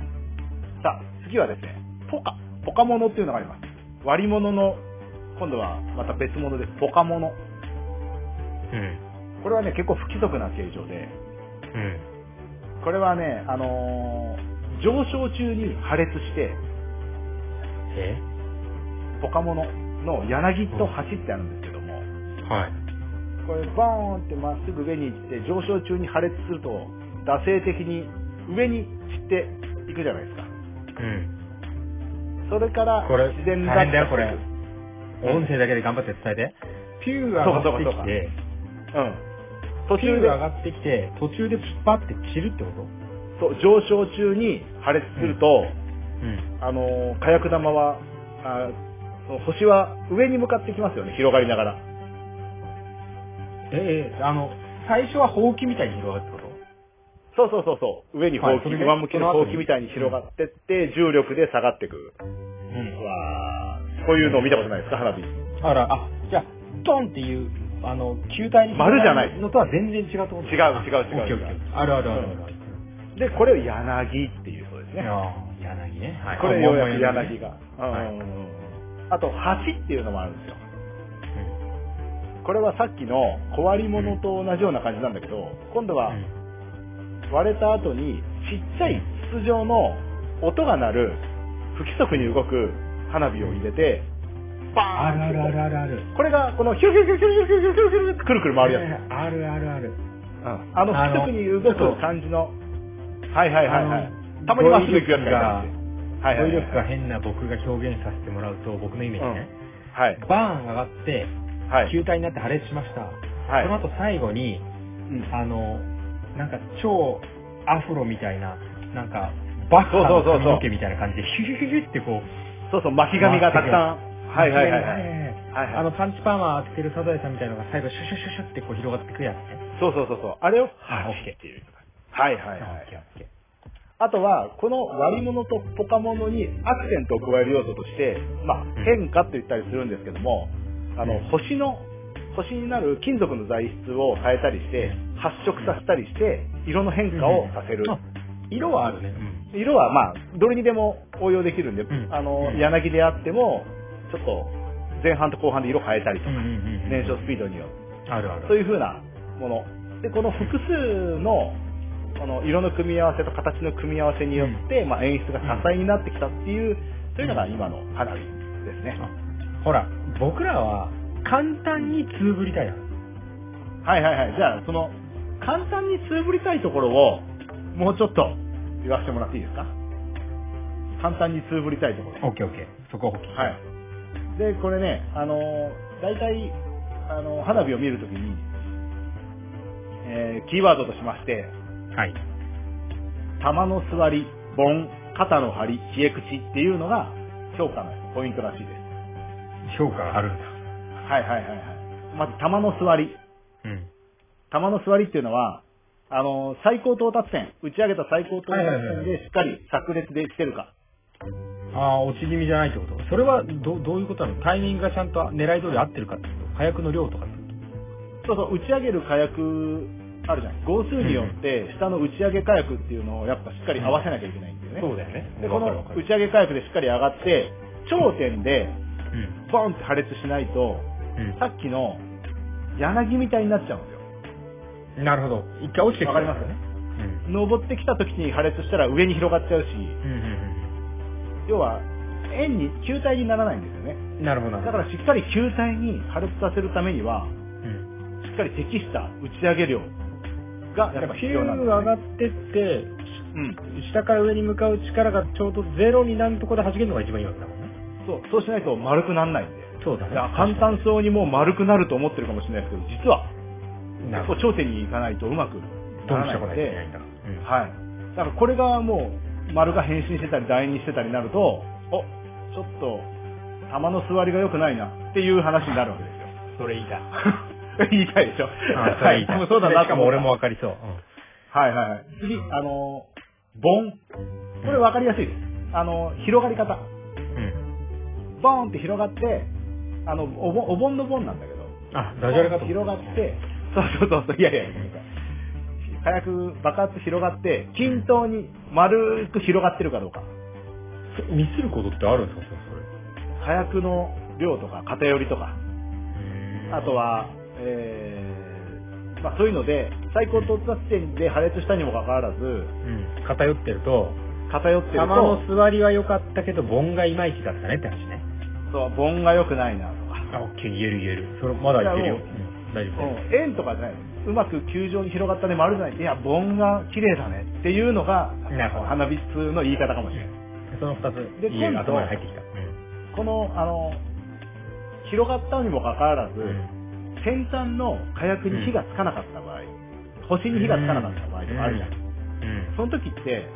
さあ、次はですね、ポカ。ポカ物っていうのがあります。割り物の今度はまた別物です。ポカモノ。うん。これはね、結構不規則な形状で、うん。これはね、あのー上昇中に破裂して、えポカモノの柳と橋ってあるんですけども、はい。これバーンってまっすぐ上に行って、上昇中に破裂すると、惰性的に上に散っていくじゃないですか。うん。それからこれ、自然大変だよ、こ落下れしていく。音声だけで頑張って伝えて。ピューが上がってきて、うん。途ピュ中ーでが上がってきて、途中で突っ張って散るってことそう上昇中に破裂すると、うん。あのー火薬玉は、あーその星は上に向かってきますよね、広がりながら。え、え、あの、最初はほうきみたいに広がるってこそうそうそうそう。上にほうき、はいそれで上向きのほうきみたいに広がってって、重力で下がってくる。とうん。わーこういうのを見たことないですか、花火。あら、あ、じゃあ、ドンっていう、あの、球体に丸じゃないのとは全然違うってこと違う違う違うあオッケーオッケーあるあるあるある。で、これを柳っていうそうですいやね。ー柳ね。はいこれようやく柳が。はいうんうんうんあと、橋っていうのもあるんですよ。うんこれはさっきの小割り物と同じような感じなんだけど、今度は割れた後にちっちゃい筒状の音が鳴る不規則に動く花火を入れて、あバーンるあるあるあるある。これがこのヒュルヒュルヒュルヒュルヒュルヒュルヒュルってくるくる回るやつ。あるあるある。うんあのあの不規則に動く感じの、はいはいはいはいあ。のたまにまっすぐ行くやつがいたんでは語いはい彙はい力が変な僕が表現させてもらうと、僕のイメージね。はい。バーン上がって、はい。球体になって破裂しました。はいその後最後に、うんあの、なんか超アフロみたいな、なんか、バッハそうのそうそうそう髪の毛みたいな感じで、ヒュヒュヒュヒュってこう、そうそう、巻き髪がたくさん。はいはいはいはい。はいはいあの、パンチパーマ当ててるサザエさんみたいなのが最後、シュシュシュシュってこう広がってくやつね。そうそうそうそう。あれを、あはオいッケっーていう。はいはいはあオッい。ケーオッケーあとは、この割り物とポカモノにアクセントを加える要素として、まあ、ん変化と言ったりするんですけども、あのうん、星の、星になる金属の材質を変えたりしてう、発色させたりして、色の変化をさせる。あ色はあるね。うん色はまあ、どれにでも応用できるんで、んあの、うん柳であっても、ちょっと前半と後半で色変えたりとかうん、うんうん。燃焼スピードによって、あるある。そういう風なもの。で、この複数の、この色の組み合わせと形の組み合わせによって、まあ演出が多彩になってきたっていう、というのが今の花火ですね。あほら、僕らは簡単につぶりたいな。はいはいはい。じゃあ、その、簡単につぶりたいところを、もうちょっと言わせてもらっていいですか簡単につぶりたいところ。オッケーオッケー。そこはオッケー。はい。で、これね、あのー、大体、あのー花火を見るときに、えーキーワードとしまして、はい。玉の座り、盆、肩の張り、冷え口っていうのが評価のポイントらしいです。評価があるんだ。はいはいはいはい。まず玉の座り。うん。玉の座りっていうのは、あのー最高到達点、打ち上げた最高到達はいはい点はいはでしっかり炸裂できてるか。ああ、落ち気味じゃないってことそれはど、どういうことなのタイミングがちゃんと狙い通り合ってるかってこと火薬の量とかってことそうそう、打ち上げる火薬、あるじゃない。号数によって、下の打ち上げ火薬っていうのをやっぱしっかり合わせなきゃいけないんだよね。うだよねで、この打ちう上げ火薬でしっかり上がって、頂点でん。ボンって破裂しないと、さっきの柳みたいになっちゃうんですよ。うん。なるほど。一回落ちてくわかりますよね。うん。登ってきた時に破裂したら上に広がっちゃうし、うんうん要は円に、球体にならないんですよね。うん。なるほど、なだるかほらしど。っかり球体に破裂させるためには、うん。しっかり適した打ち上げ量がやっぱ必ピュ要なんーです、ね。上がってって、うん。下から上に向かう力がちょうどゼロになるところで弾けるのが一番いいわけだもんね。そう、そうしないと丸くならないんで。そうだねいや簡単そうにもう丸くなると思ってるかもしれないですけど、実は、な結構るほ頂点に行かないとうまくどなうらないしたこのとないといけなでいん、だから。はい。だからこれがもう、丸が変身してたり、楕円にしてたりなると、お、ちょっと、玉の座りが良くないなっていう話になるわけですよ。 [laughs] うん。それいいだ。言いたいでしょ。あそれいいはだ。い、もうそうだなしとか思ったも俺もわかりそう。うんはいはいはい。次、あのー、ボン。これ分かりやすいです。あのー、広がり方。うん。ボーンって広がって、あの、お盆、お盆のボンなんだけど、あ、ダジャレかと思広がって、そうそうそうそう、いやいやいや、火薬爆発広がって、均等に丸く広がってるかどうか。ミスることってあるんですかそれ。火薬の量とか偏りとか、あとは、えーまあ、そういうので、最高到達点で破裂したにもかかわらず、うん、偏ってると、偏ってる球との、座りは良かったけど、ボンがいまいちだったねって話ね。そう、盆が良くないなとか、あ、オッケー、言える言える。それまだいけるよ。いやもううん大丈夫う大丈ん、円とかじゃない。うまく球状に広がったね、丸じゃない。いや、盆が綺麗だねっていうのがなるほど、花火通の言い方かもしれない。夫。その二つ、で言える今度頭に入ってきた。うんこの、あの、広がったにもかかわらず、うん先端の火薬に火がつかなかった場合、星に火がつかなかった場合とかあるじゃん。うんその時って、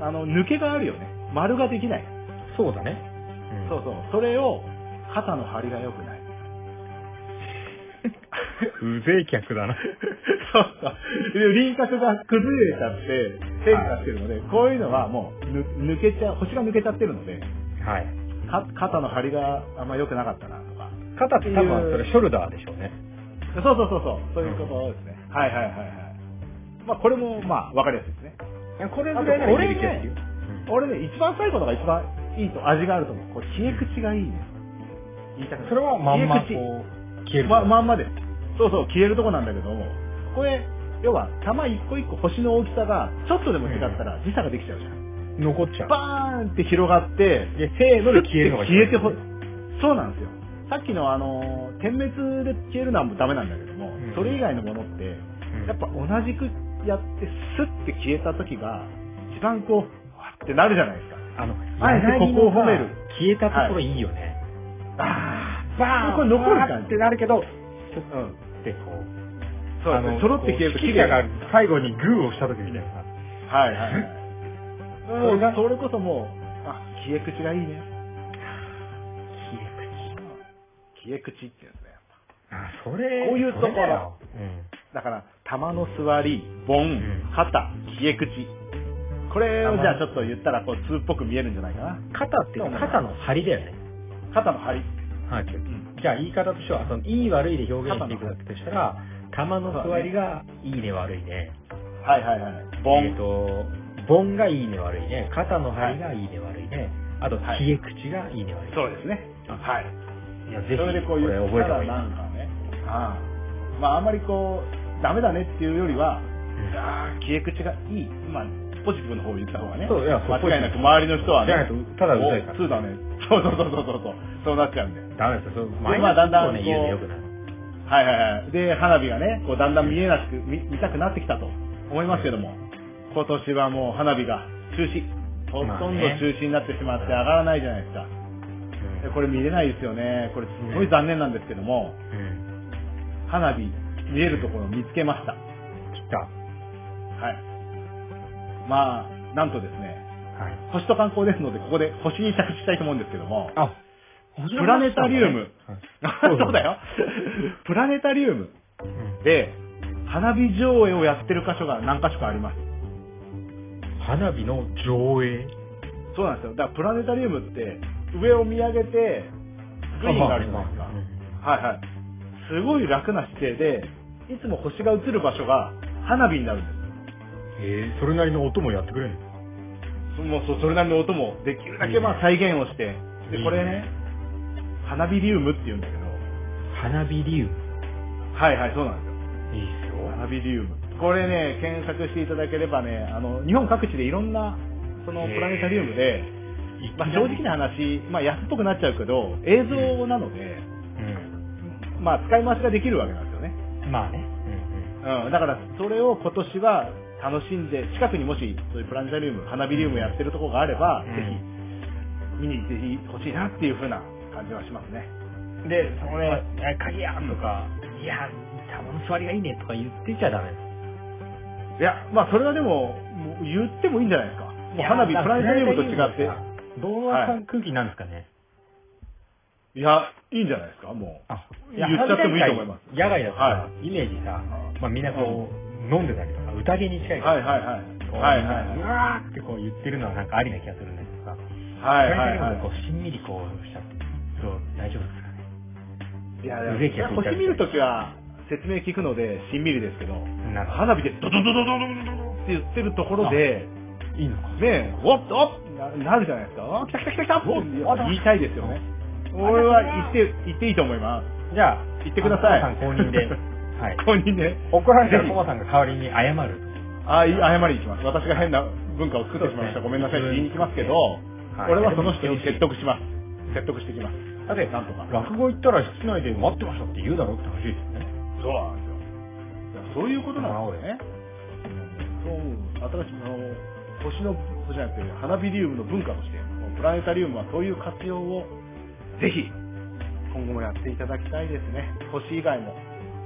あの、抜けがあるよね。丸ができない。そうだね。うんそうそう。それを、肩の張りが良くない。うぜえ客だな。そうそう。輪郭が崩れちゃって、変化してるので、こういうのはもう、ぬ抜けちゃ、星が抜けちゃってるので、はい。か肩の張りがあんま良くなかったなとか。肩って多分それショルダーでしょうね。そうそうそうそう。そういうことですね。はいはいはいはい。まあこれも、まあ、わかりやすいですね。これぐらいならいける気がするよ俺ね、一番最後のが一番いいと、味があると思う。これ、冷え口がいいね。言いたくないそれはまんまこ消えう、消える。ま、まんまで。そうそう、消えるとこなんだけども、これ、要は、玉一個一個星の大きさが、ちょっとでも違ったら時差ができちゃうじゃん。残っちゃう。バーンって広がって、で、せーので消えるのが消えてほ、そうなんですよ。さっきのあのー、点滅で消えるのはもうダメなんだけども、うんそれ以外のものって、うんやっぱ同じくやって、スッて消えた時が、一番こう、わってなるじゃないですか。あの、あえて柳ここをのさ褒める消えたところいいよね。あバーンこれ残る感じバーンってなるけど、ちょっあ、うん。とでこう、そうですね。揃って消えると指揮綺者麗が最後にグーをした時みたいなさ。はい [laughs] はいはい。そそれれがそれこそもう、あ、消え口がいいね。消え口って言うんですね。あ、それ、こういうところそれだようん。だから、玉の座り、盆ん、肩、消え口。これをじゃあちょっと言ったら、こう、通っぽく見えるんじゃないかな。肩っていうか肩の張りだよね。肩の張り。はい。んじゃあ言い方としては、その、いい悪いで表現していくとしたら、玉の座りがいいね悪いね。はいはいはい。えっ、盆。と、ボンがいいね悪いね。肩の張りがいいね悪いね。あと、はい冷え口がいいね悪いね。そうですね。はい。いや、ぜひ、それでここういれう、覚えた方がいい。なんかね。ああまあ、あんまりこう、ダメだねっていうよりは、んああ、消え口がいい。まあ、ポジティブの方を言った方がね。そういやそう間違いなく周りの人はじゃねないと、、ただうざいかおら。そうだね。そうそうそうそうそうそう。そうなっちゃうんで。ダメですよ。そうまあマイナスだんだをんこね、う言うのよくない。はいはいはい。で、花火がね、こうだんだん見えなく、見見たくなってきたと思いますけども、今年はもう花火が中止。ほまあねとんど中止になってしまって上がらないじゃないですか。でこれ見れないですよね。これすごい残念なんですけども、うん。うん。花火見えるところを見つけました。は来た。い。まあ、なんとですね、はい。星と観光ですので、ここで星に着地したいと思うんですけども、あ、プラネタリウム。はい [laughs] そうだよ。プラネタリウムうんで、花火上映をやってる箇所が何箇所かあります。花火の上映。そうなんですよ。だからプラネタリウムって、上を見上げて、スクリーンがあるじゃないですか。あまあはいはい。すごい楽な姿勢で、いつも星が映る場所が花火になるんです。えー、それなりの音もやってくれるのそもうそうそれなりの音もできるだけまあ再現をして、いいねで、これね、花火リウムって言うんだけど、花火リウム。はいはい、そうなんですよ。いいっすよ。花火リウム。これね、検索していただければね、あの、日本各地でいろんな、そのへープラネタリウムで、いきまなあり正直な話、まあ安っぽくなっちゃうけど、映像なので、まあ使い回しができるわけなんですよね。うん。まあね。うん、だからそれを今年は楽しんで、近くにもしそういうプラネタリウム、花火リウムやってるとこがあれば、うんぜひ見に行ってほしいなっていう風な感じはしますね。うん。で、そこで、あ鍵やとか、いや、玉の座りがいいねとか言ってちゃダメ。いや、まあそれはでも、もう言ってもいいんじゃないですか。もう花火、いやプラネタリウムと違って。。どうな空気なんですかね。いや、いいんじゃないですか、もう。あ言っちゃってもいいと思います野外だから、はイメージさ、まあみんなこう、飲んでたりとか、宴に近いかはら、いはいはい。こうはいはいみんなはいうわーってこう言ってるのはなんかありな気がするんだけどさ、はいはいはいそれにこう、しんみりこうしちゃって、そう、大丈夫ですかね。いや、でもうぜきやつい星たみたい見るときは説明聞くので、しんみりですけど、なるほ花火でドドドドドドドドって言ってるところで、ど。いいのか。ねえ、おっとおっななるじゃないですか。あ来た来た来た来たおっ言いたいですよね。俺は言って、言っていいと思います。じゃあ、言ってくださいあのコバさん公認 [laughs] で、はい。公認で。怒られたらぜひコバさんが代わりに謝る。あい謝りに行きます。私が変な文化を作ってしまいました。ごめんなさいって言いに行きますけど、はい俺はその人に説得します。説得してきます。だって、なんとか落語行ったら室内で待ってましたって言うだろうって話ですよね。そうなんですよ。いやそういうことなんですね。そう思う、新しいあの星の、星じゃなくて、花ビリウムの文化として、プラネタリウムはそういう活用を、ぜひ、今後もやっていただきたいですね。星以外も。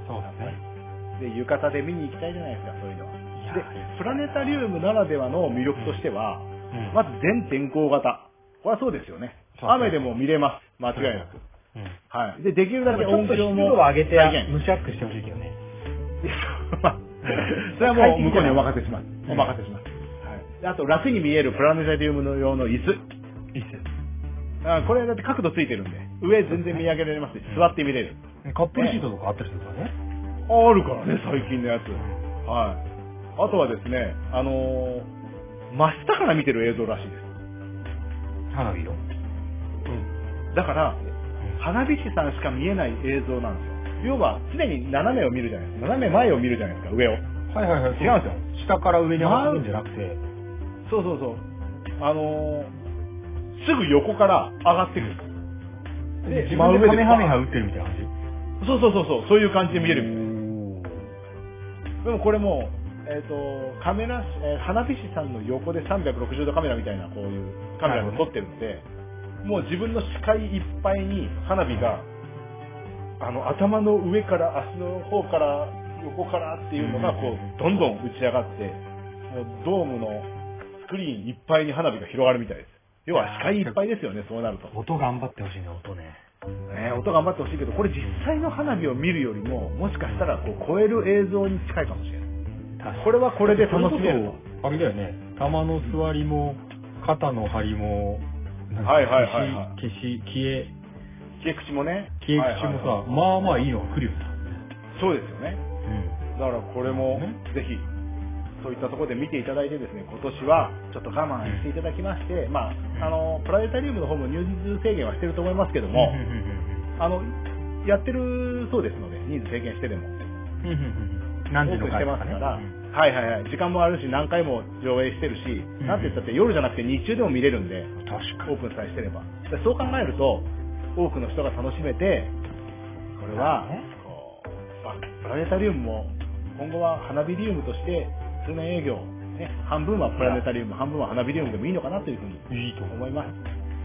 そうだね。で、浴衣で見に行きたいじゃないですか、そういうのは。いやで、プラネタリウムならではの魅力としては、うんまず全天候型。これはそうですよね。そうそう雨でも見れます。間違いなく。うん。はい。で、できるだだかけらちょ音っと響湿も度を上げて再現、蒸し暑くしてほしいけどね。 [laughs] いやまあそれはもう向こうにお任せします。んお任せします。はいで、あと楽に見えるプラネタリウムの用の椅子。いいっすよ。あこれだって角度ついてるんで、上全然見上げられますし、座って見れる。カップルシートとかあったりするからね。あるからね、最近のやつ。はい。あとはですね、あのー真下から見てる映像らしいです。花火を。うん。だから、ん花火師さんしか見えない映像なんですよ。要は、常に斜めを見るじゃないですか。斜め前を見るじゃないですか、上を。はいはいは違うい。んですよ。下から上に上がるんじゃなくて、そうそうそう。あのーすぐ横から上がってくる。で自真分上ででカメハメハ打ってるみたいな感じ。そうそうそうそう、そういう感じで見えるみたいみたいな。でもこれも、えっ、と、カメラ、えー花火師さんの横で360度カメラみたいなこういうカメラで撮ってるので、もう自分の視界いっぱいに花火が、あの、頭の上から、足の方から、横からっていうのが、こう、どんどん打ち上がって、もうドームのスクリーンいっぱいに花火が広がるみたいです。要は視界いっぱいですよね、そうなると。音頑張ってほしいね、音ね。ね、音頑張ってほしいけど、これ実際の花火を見るよりも、もしかしたらこう超える映像に近いかもしれない。これはこれで楽しめると。あれだよね、玉の座りも、肩の張りも、なんかはいはいはいはい消し、消し、消え、消え口もね。消え口もさ、はいはいはいまあまあいいのが来るよね。そうですよね。うん。だからこれもね、ぜひ、そういったところで見ていただいてですね、今年はちょっと我慢していただきまして、まあ、あの、プラネタリウムの方も入日制限はしてると思いますけども、あの、やってるそうですので、人数制限してでも。オープンして何時の回とまかすねから、はいはいはい、時間もあるし、何回も上映してるし、うんなんて言ったって夜じゃなくて日中でも見れるんで、うん確かオープンさえしてれば。でそう考えると、多くの人が楽しめて、これはね、こうまあプラネタリウムも、今後は花火リウムとして、通年営業、ね、半分はプラネタリウム、半分は花火リウムでもいいのかなというふうにに。いいと思う。思います。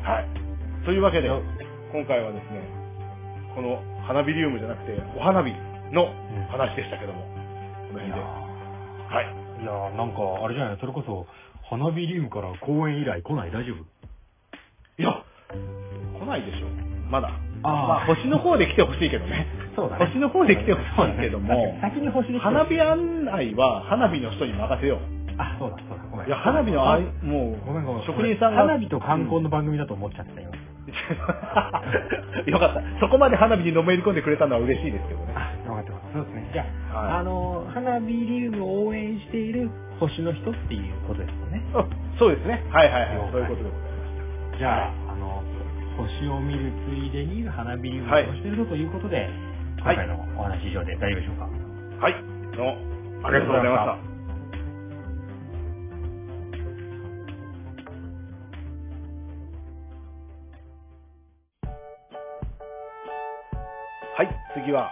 はい。というわけで、いや今回はですね、この花火リウムじゃなくて、お花火の話でしたけども、このい辺やで。はい。ーいやーなんか、あれじゃない、それこそ、花火リウムから公演以来来ない、大丈夫いや、来ないでしょ、まだ。まああ、ー星の方で来てほしいけどね。そうだね星の方で来てほしいけどそうだもね、 [laughs] 先に星に来てほしい花火案内は花火の人に任せよう。あ、そうだ、そうだ、ごめん。いや、花火のあい、もごめんごめう、ん。職人さんが。花火と観光うんの番組だと思っちゃってたよ。 [laughs] よかった。そこまで花火にのめり込んでくれたのは嬉しいですけどね。あ、わかったわかった。そうですね。じゃあ、はいあの、花火リウムを応援している星の人っていうことですよね。うんそうですね。はいはいは了い。解そういうことでございじゃあ、あの、星を見るついでに花火リウムを応援しているということで、今回のお話以上で大丈夫でしょうか。ます。はい。どうもありがとうございました。はい、次は、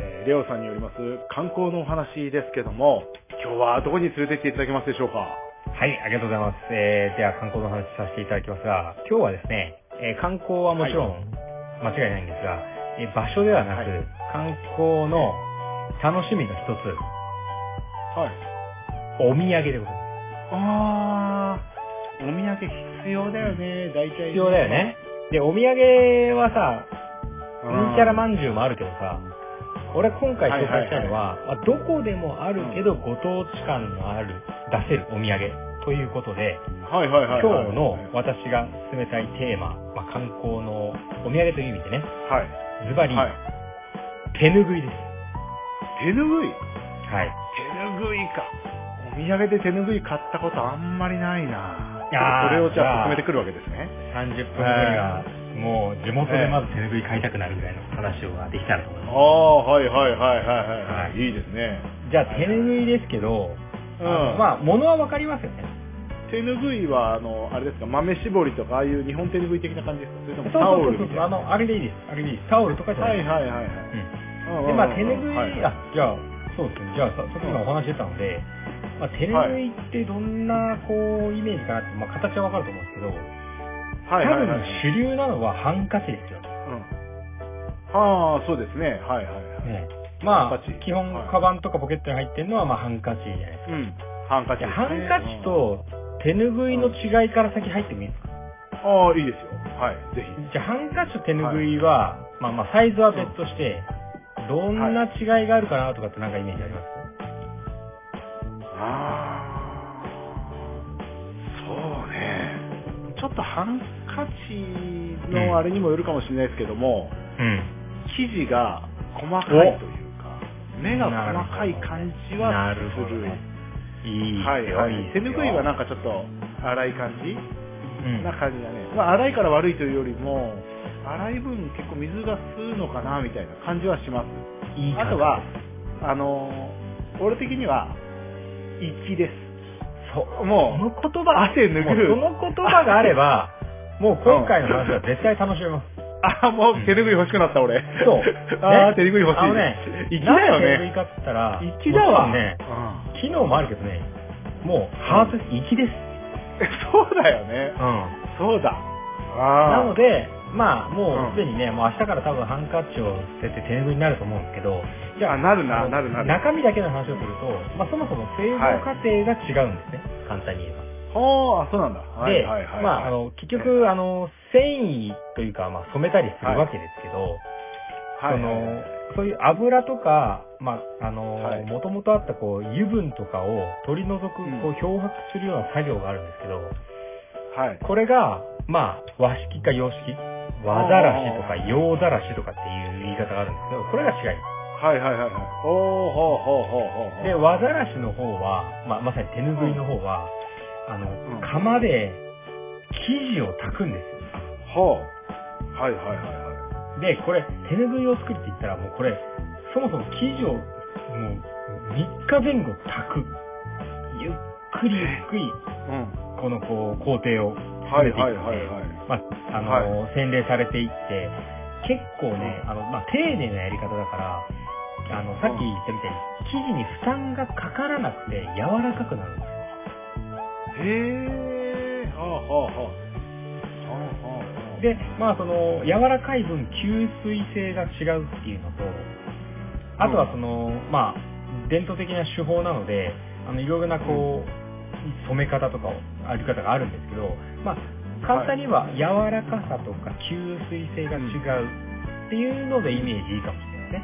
えーレオさんによります観光のお話ですけども、今日はどこに連れて行っていただけますでしょうかはい、ありがとうございます。えー、では観光の話させていただきますが、今日はですね、えー観光はもちろん間違いないんですが、えー場所ではなく、はい観光の楽しみの一つ、はい。お土産でございます。あー、お土産必要だよね、大体。必要だよね。。で、お土産はさ、ううんんちゃらまんじゅうもあるけどさ、俺今回紹介したいのは、まあどこでもあるけど、ご当地感のある、出せるお土産ということで、はいはいはい、はい。今日の私が進めたいテーマ、まあ、観光のお土産という意味でね、はズバい。リ、はい。手ぬぐいです。手ぬぐいはい。手ぬぐいか。お土産で手ぬぐい買ったことあんまりないな。あーそれをじゃあ進めてくるわけですね。 30分後にはもう地元でまず手拭い買いたくなるぐらいの話をできたらと思いあまあ、はいはいはいはいはい。はいい、いですね。す。じゃあ手拭いですけど、うんあのまあ物はわかりますよね。手ぬぐいは、あの、あれですか、豆絞りとか、ああいう日本手ぬぐい的な感じですかそれともそうそうタオそうルみたいそうな。あのあれでいいです。あれでいいです。タオルとかじゃなはいいです。はいはいはい。ううんうんんうんで、まあ、手ぬぐい、はいはいあ、じゃあ、そうですね。じゃあ、ささっき今お話ししてたので、まあ、手ぬぐいってどんな、こう、イメージかなって、まあ、形はわかると思うんですけど、はいはいは多い。分主流なのはハンカチですよ。うんああ、そうですね。はいはいはい。ね、まハあンカチ、基本は、いカバンとかポケットに入ってるのは、まあ、ハンカチじゃないですか。うん。ハンカチでじゃあすね。ハンカチと手ぬぐいの違いから先入ってもいいですかうん。ああ、いいですよ。はい、ぜひ。じゃあ、ハンカチと手ぬぐいは、まあまあ、サイズは別として、どんな違いがあるかなとかってなんかイメージありますああ、そうね。ちょっとハンカチのあれにもよるかもしれないですけども、うん。生地が細かいというか、目が細かい感じなはるすほどる。ね。いいはですいよ、はいいい。手ですよぬぐいはなんかちょっと粗い感じうんな感じだね。まあ、粗いから悪いというよりも、粗い分結構水が吸うのかな、みたいな感じはします。いい感あじとは、あのー俺的には、粋です。そうももうう、言葉汗そ拭のう。言葉があれ [laughs] ば、もう今回の話は絶対楽しめます。 [laughs] あ、もうんう手拭い欲しくなった、俺。。そう [laughs] あー、ね手拭い欲しい。あのね、粋だよなんで手拭いね。かって言ったら、粋だわ。もちろんね、うん機能もあるけどね、もうハートです、粋です。そうだよね。うん。そうだ。あなーので、まあうもんうすでにね、もう明日から多分ハンカチを捨てて手拭いになると思うんですけど、いや、なるな、なるなる。中身だけの話をすると、まあそもそも製造過程が違うんですね、簡単に言えば。ほー、あそうなんだ。はで、いはいはい。まあ、あの、結局、あの、繊維というか、まあ、染めたりするわけですけど、はいそはいはいの、そういう油とか、まあ、あの、はいもともとあった、こう、油分とかを取り除く、うんこう、漂白するような作業があるんですけど、はい。これが、まあ、和式か洋式、和ざらしとかあー洋ざらしとかっていう言い方があるんですけど、これが違いまはいはいはいはい。ほー、ほー、ほー、ほー、ほー。す。で、和ざらしの方は、まあ、まさに手ぬぐいの方は、あうんの、釜で生地を炊くんですよ。ほう。はいはいはいはで、これ、手ぬぐいを作るって言ったら、もうこれ、そもそも生地を、もう、3日前後炊く。ゆっくりゆっくい。り、うん。この、こう、工程をは進いめていはいって、はいはい。まあ、あの、洗礼されていって、結構ね、あの、まあ、丁寧なやり方だから、あの、さっき言ったみたいに、生地に負担がかからなくて、柔らかくなるんですよ。へえ。はあはあはあ。はあはあはあ、で、まあ、その、柔らかい分、吸水性が違うっていうのと、あとはその、まあ、伝統的な手法なので、あの、いろいろなこう、染め方とかを、あり方があるんですけど、まあ、簡単には柔らかさとか吸水性が違うっていうのでイメージいいかもしれないですね。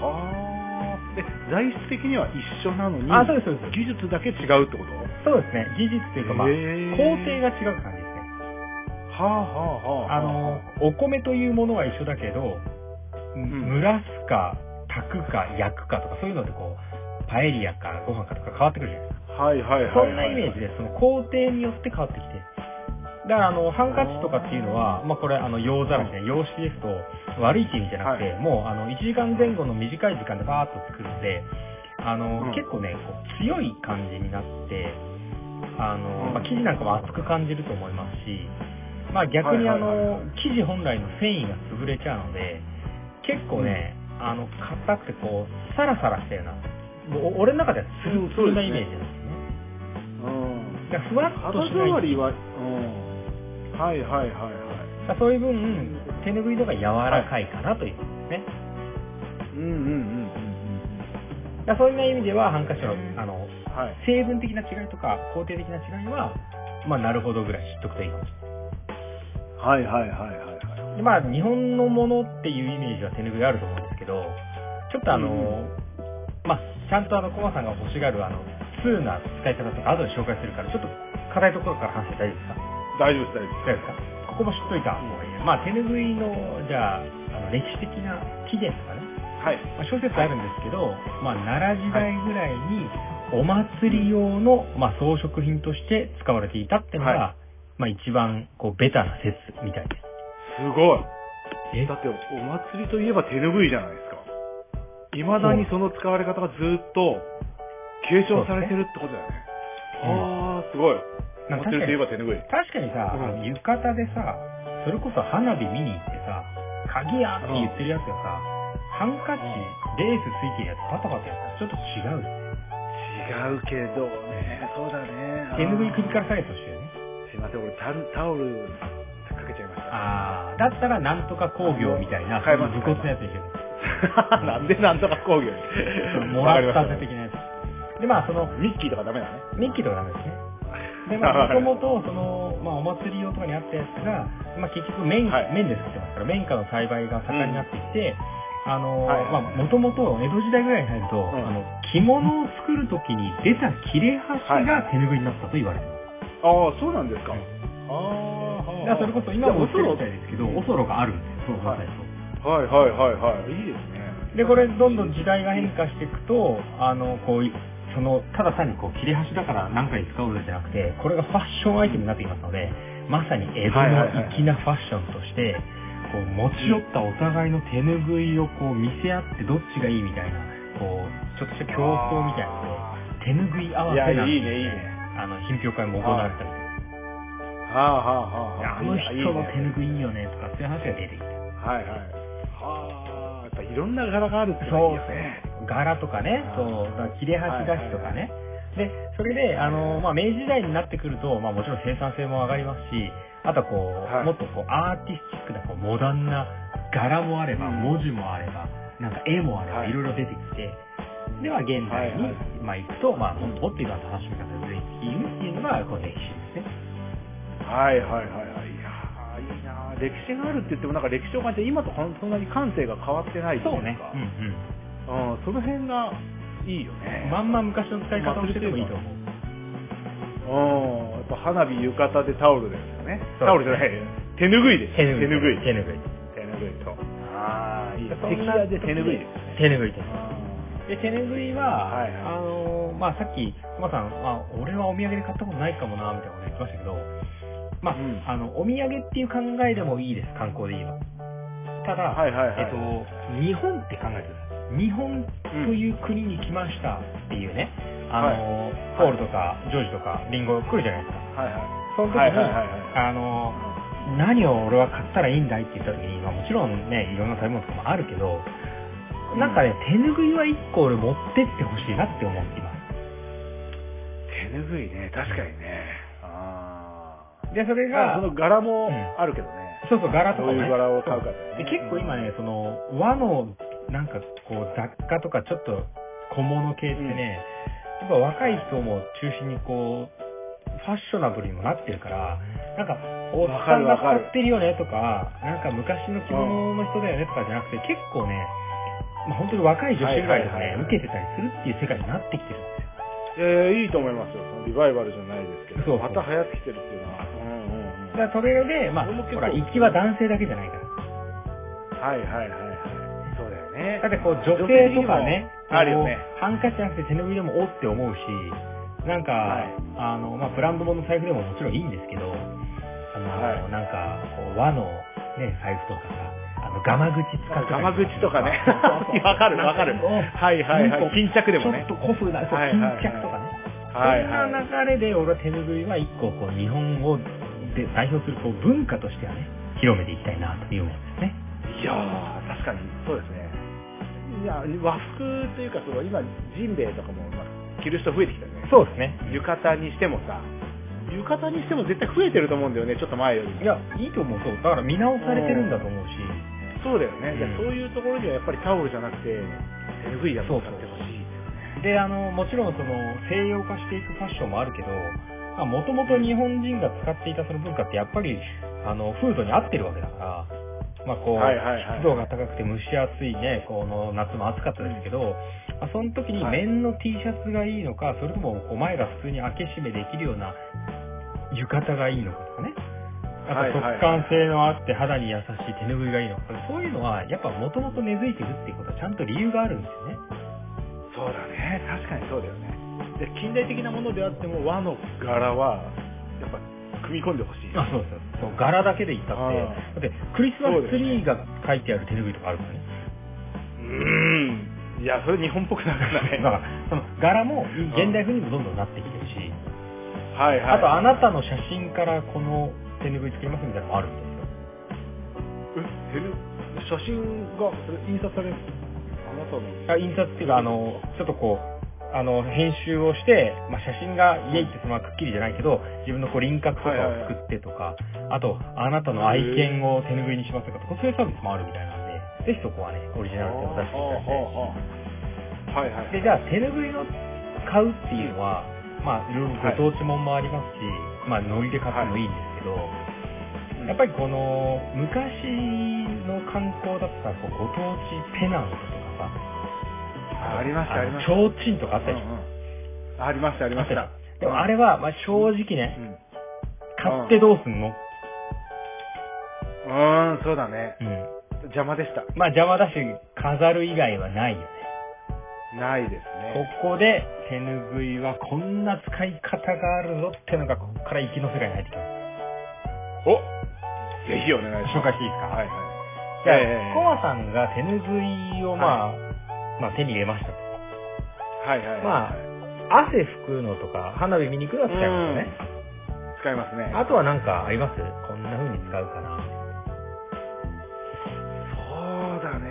はあ。で、材質的には一緒なのに、あ、そうです、そうです。技術だけ違うってことそうですね。技術というか、まあ、へ工ー程が違う感じですね。はあはあはあ。あの、お米というものは一緒だけど、ん蒸らすか、炊くか、焼くかとか、そういうのでこう、パエリアかご飯かとか変わってくるじゃないですはいはいはいか。はそい。んなイメージで、その工程によって変わってきて。だから、あの、ハンカチとかっていうのは、まあ、これ、あの、用ざらしね、用紙ですと、悪いって意味じゃなくて、はもう、あの、1時間前後の短い時間でバーッと作るんで、あの、うん結構ね、こう強い感じになって、あの、うんまあ、生地なんかも厚く感じると思いますし、まあ、逆にあはいはいはいの、生地本来の繊維が潰れちゃうので、結構ね、あの、硬くてこう、サラサラしたような、もうお俺の中ではツルツルなイメージなんですね。うん。だからふわっと肌しない触りは、うん。はいはいはいはい。だからそういう分、手拭いの方が柔らかいかなという、ね。うんうんうんうんだからそういう意味では、ハンカチの、あうん。の、はい。成分的な違いとか、工程的な違いは、まあ、なるほどぐらい知っとくといいかもしれはいはいはいはいはい。ない。でまあ、日本のものっていうイメージは手拭いあると思うんですけど、ちょっとあの、うまあ、ちゃんとあの、コマさんが欲しがる、あの、通な使い方とか、後で紹介するから、ちょっと、課題ところから話して大丈大丈夫で夫ですかす、大丈夫大丈夫ですかここも知っといた方がいいね。まあ、手拭いの、じゃあ、あの、歴史的な起源とかね、はい。まあ、諸説あるんですけど、まあ、奈良時代ぐらいにお祭り用の、まあ、装飾品として使われていたっていうのはが、まあ、一番こうベタな説みたいです。すごい。えだってお祭りといえば手ぬぐいじゃないですか。いまだにその使われ方がずっと継承されてるってことだよね。そうですあねあ、すごい。おまあ祭りといえば手ぬぐい。確かにさ、あの浴衣でさ、それこそ花火見に行ってさ、鍵やって言ってるやつがさ、ハンカチ、レースついてるやつ、パタパタやったらちょっと違うよ。違うけどね、そうだね。。手拭い首からら下げてほしいよね。すいません、俺タルタオルかけちゃいました。あー、だったらなんとか工業みたいな、買えます武骨なやつにしよ [laughs] う。なんでなんとか工業にもらったぜ的なやつ。で、まあ、その、ミッキーとかダメだね。ミッキーとかダメですね。で、まわあ、かるもともと、その、まあ、お祭り用とかにあったやつが、まあ、結局、綿、はい綿で作ってますから、綿花の栽培が盛んになってきて、あの、はいはいまあ、もともと、江戸時代ぐらいに入ると、んあの、着物を作るときに出た切れ端が手拭いになったと言われてます。ああ、そうなんですか。はいあだからそれこそ、今も売おってるみたいですけど、おそろがあるんですよ、そうはいまさにそうはいはいはいはい。いいですね。で、これ、どんどん時代が変化していくと、あの、こういう、その、ただ単にこう、切れ端だから何かに使おうぜじゃなくて、これがファッションアイテムになっていますので、まさに江戸の粋なファッションとして、こう、持ち寄ったお互いの手拭いをこう、見せ合ってどっちがいいみたいな、こう、ちょっとした競争みたいなのあで、手拭い合わせなんてういやいいねいいねあの、品評会も行われたり、ーはあはあはあ。あの人の手いいね拭いいいよねとか、そういう話が出てきて。はいはい。はあ、やっぱいろんな柄があるってのそはいういよね。柄とかね、あーそう、だから切れ端出しとかね。で、それで、あの、まあ、明治時代になってくると、まあ、もちろん生産性も上がりますし、あとはこう、はいもっとこう、アーティスティックな、こう、モダンな柄もあれば、うん文字もあれば、なんか絵もあれば、はいいろいろ出てきて、では現代に、はいはいまあ、行くと、まあ、もっともっといろんな楽しみ方ができるっていうのが、こう、歴史ですね。はいはいはいはい。いやーいいなー歴史があるって言ってもなんか歴史を感じて今とそんなに感性が変わってないっていそううね。かうんうん、その辺がいいようん。ね。まんま昔の使い方をしててもいいと思うう。ん、やっぱ花火、浴衣でタオルですよね。そうタオルじゃない、手ぬぐいです。手拭い。手ぬぐい。手ぬぐい。手ぬぐいと。ああいいねそ敵んな屋で手ぬぐいですね。手ぬぐいです。で、手拭いは、はいはいあのーまあ、さっき、コマさん、まあ、俺はお土産で買ったことないかもな、みたいなこと言ってましたけど、まあ、うんあの、お土産っていう考えでもいいです、観光で言えば。ただ、はいはいはいえっと、日本って考えてください。日本という国に来ましたっていうね、あのーはいポールとか、ジョージとか、リンゴ来るじゃないですか。はいはい。その時に、はいはいはいはいあのー何を俺は買ったらいいんだいって言った時に、まあ、もちろんね、いろんな食べ物とかもあるけど、なんかね、手ぬぐいは一個俺持ってってほしいなって思っています。手ぬぐいね、確かにね。あで、それーまあがそ、の柄うもんあるけどね。そうそう、柄とかどうね。いう柄を買うかで結構今ね。ね、その、和の、なんかこう、雑貨とかちょっと小物系ってね、やっぱ若い人も中心にこう、ファッショナブルにもなってるから、なんか、おっさんがわか買るってるよねとか、なんか昔の着物の人だよねとかじゃなくて、結構ね、まあ、本当に若い女子ぐらいとかはいはいはいねは、い受けてたりするっていう世界になってきてるんですよ。いやいやいいと思いますよ。そのリバイバルじゃないですけそうど。そうまた流行ってきてるっていうのは。うんうんうんだからそれで、まあ、俺も結ほ構ら、行きは男性だけじゃないから。はいはいはいはい。そうだよね。だってこう女性とかね、女性にもあるよね。こうハンカチじゃなくて手拭いでもおって思うし、なんか、はいあの、まあ、ブランド物の財布でももちろんいいんですけど、あの、はいなんか、こう和のね、財布とかさ、あの、ガマ口使ってガマ口とか [laughs] ね。 [laughs] わわかるわかる。はいはいはい。巾着でもねち。ょっと古風な、そう、はい巾はいはい着とかね。はいはい。そんな流れで、俺は手拭いは一個、こう、日本をで代表するこう文化としてはね、広めていきたいなという思いですね。いやー、確かにそうですね。いや、和服というか、その今、ジンベエとかも、まあ、着る人増えてきたよね。そうですね。浴衣にしてもさ、浴衣にしても絶対増えてると思うんだよね、ちょっと前よりもいや、いいと思う。そう。だから見直されてるんだと思うし。そうだよね。じゃあうんそういうところにはやっぱりタオルじゃなくて、手拭いだと使ってほしい。で、あの、もちろんその、西洋化していくファッションもあるけど、まあ、もともと日本人が使っていたその文化ってやっぱり、あの、風土に合ってるわけだから、まあこう、はいはいはい湿度が高くて蒸し暑いね、この夏も暑かったですけど、まあ、その時にはい綿の T シャツがいいのか、それともお前が普通に開け閉めできるような浴衣がいいのかとかね。あはいとはい速乾性のあって肌に優しい手拭いがいいのか、そういうのはやっぱもともと根付いてるっていうことはちゃんと理由があるんですそうよね。だね。確かにそうだよね。で近代的なものであっても和の柄は、やっぱ組み込んでほしい。あ、そうそう。そう柄だけで言ったっあて、だってクリスマスツリーが書いてある手ぬぐいとかあるからね。うん。いや、それ日本っぽくなくないだから、その柄も現代風にもどんどんなってきてるし、はいはい。あとあなたの写真からこの手ぬぐい作りますみたいなのもあるんですよ。え、ヘル写真がそれ印刷されるあなたの。あ印刷っていうか、あの、ちょっとこう、あの、編集をして、まあ、写真がイエイってそのままくっきりじゃないけど、自分のこう輪郭とかを作ってとか、あと、あなたの愛犬を手拭いにしますとか、そういうサービスもあるみたいなんで、ぜひそこはね、オリジナルでも出していただいて。ああああはいはい。で、じゃあ、手拭いを買うっていうのは、まあ、いろいろご当地もんもありますし、まあ、ノリで買ってもいいんですけど、やっぱりこの、昔の観光だったら、こうご当地ペナントとかさ、あありました、ありました。ょうちんとかあったでしょ。うんうんありました、ありましあたった。でしょでもあれは、まあ、正直うね、ん。買ってどうすんのうーん、そうだね。うん。邪魔でした。まあ、邪魔だし、飾る以外はないよね。ないですね。ここで、手ぬぐいはこんな使い方があるぞってのが、ここから生きの世界に入ってきます。おぜひお願いし紹ます。介していいですかはいはい。じゃあ、ええコマさんが手ぬぐいをまあ、まあ手に入れましたと。はいはい。ま汗拭くのとか、花火見に行くのは使いますよね。あ、使いますね。あとはなんかありますこんな風に使うかな。そうだね。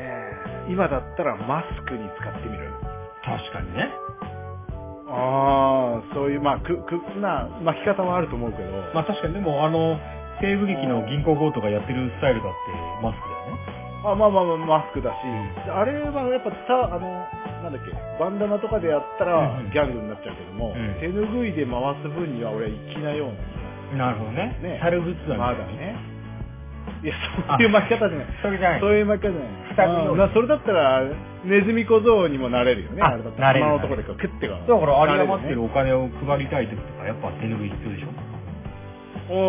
今だったらマスクに使ってみる。確かにね。ああ、そういう、まあ、く、く、な、巻き方はあると思うけど。まあ確かにでもあの、西部劇の銀行強盗がやってるスタイルだってマスクあまあまあまあ、マスクだし、あれはやっぱさ、あの、なんだっけ、バンダナとかでやったらうんうんギャングになっちゃうけども、うん手ぬぐいで回す分には俺は粋なようなだよね。なるほどね。ね猿仏気が。壇まあだね。いみたいな。や、そういう巻き方じゃない。それじゃない。そういう巻き方じゃ二な人い。のうんなそれだったら、ネズミ小僧にもなれるよね。あれだったら、なれるのところでこう、クッてか。だからあり余なってれるお金を配りたい時とか、やっぱ手ぬぐい必要でしょ。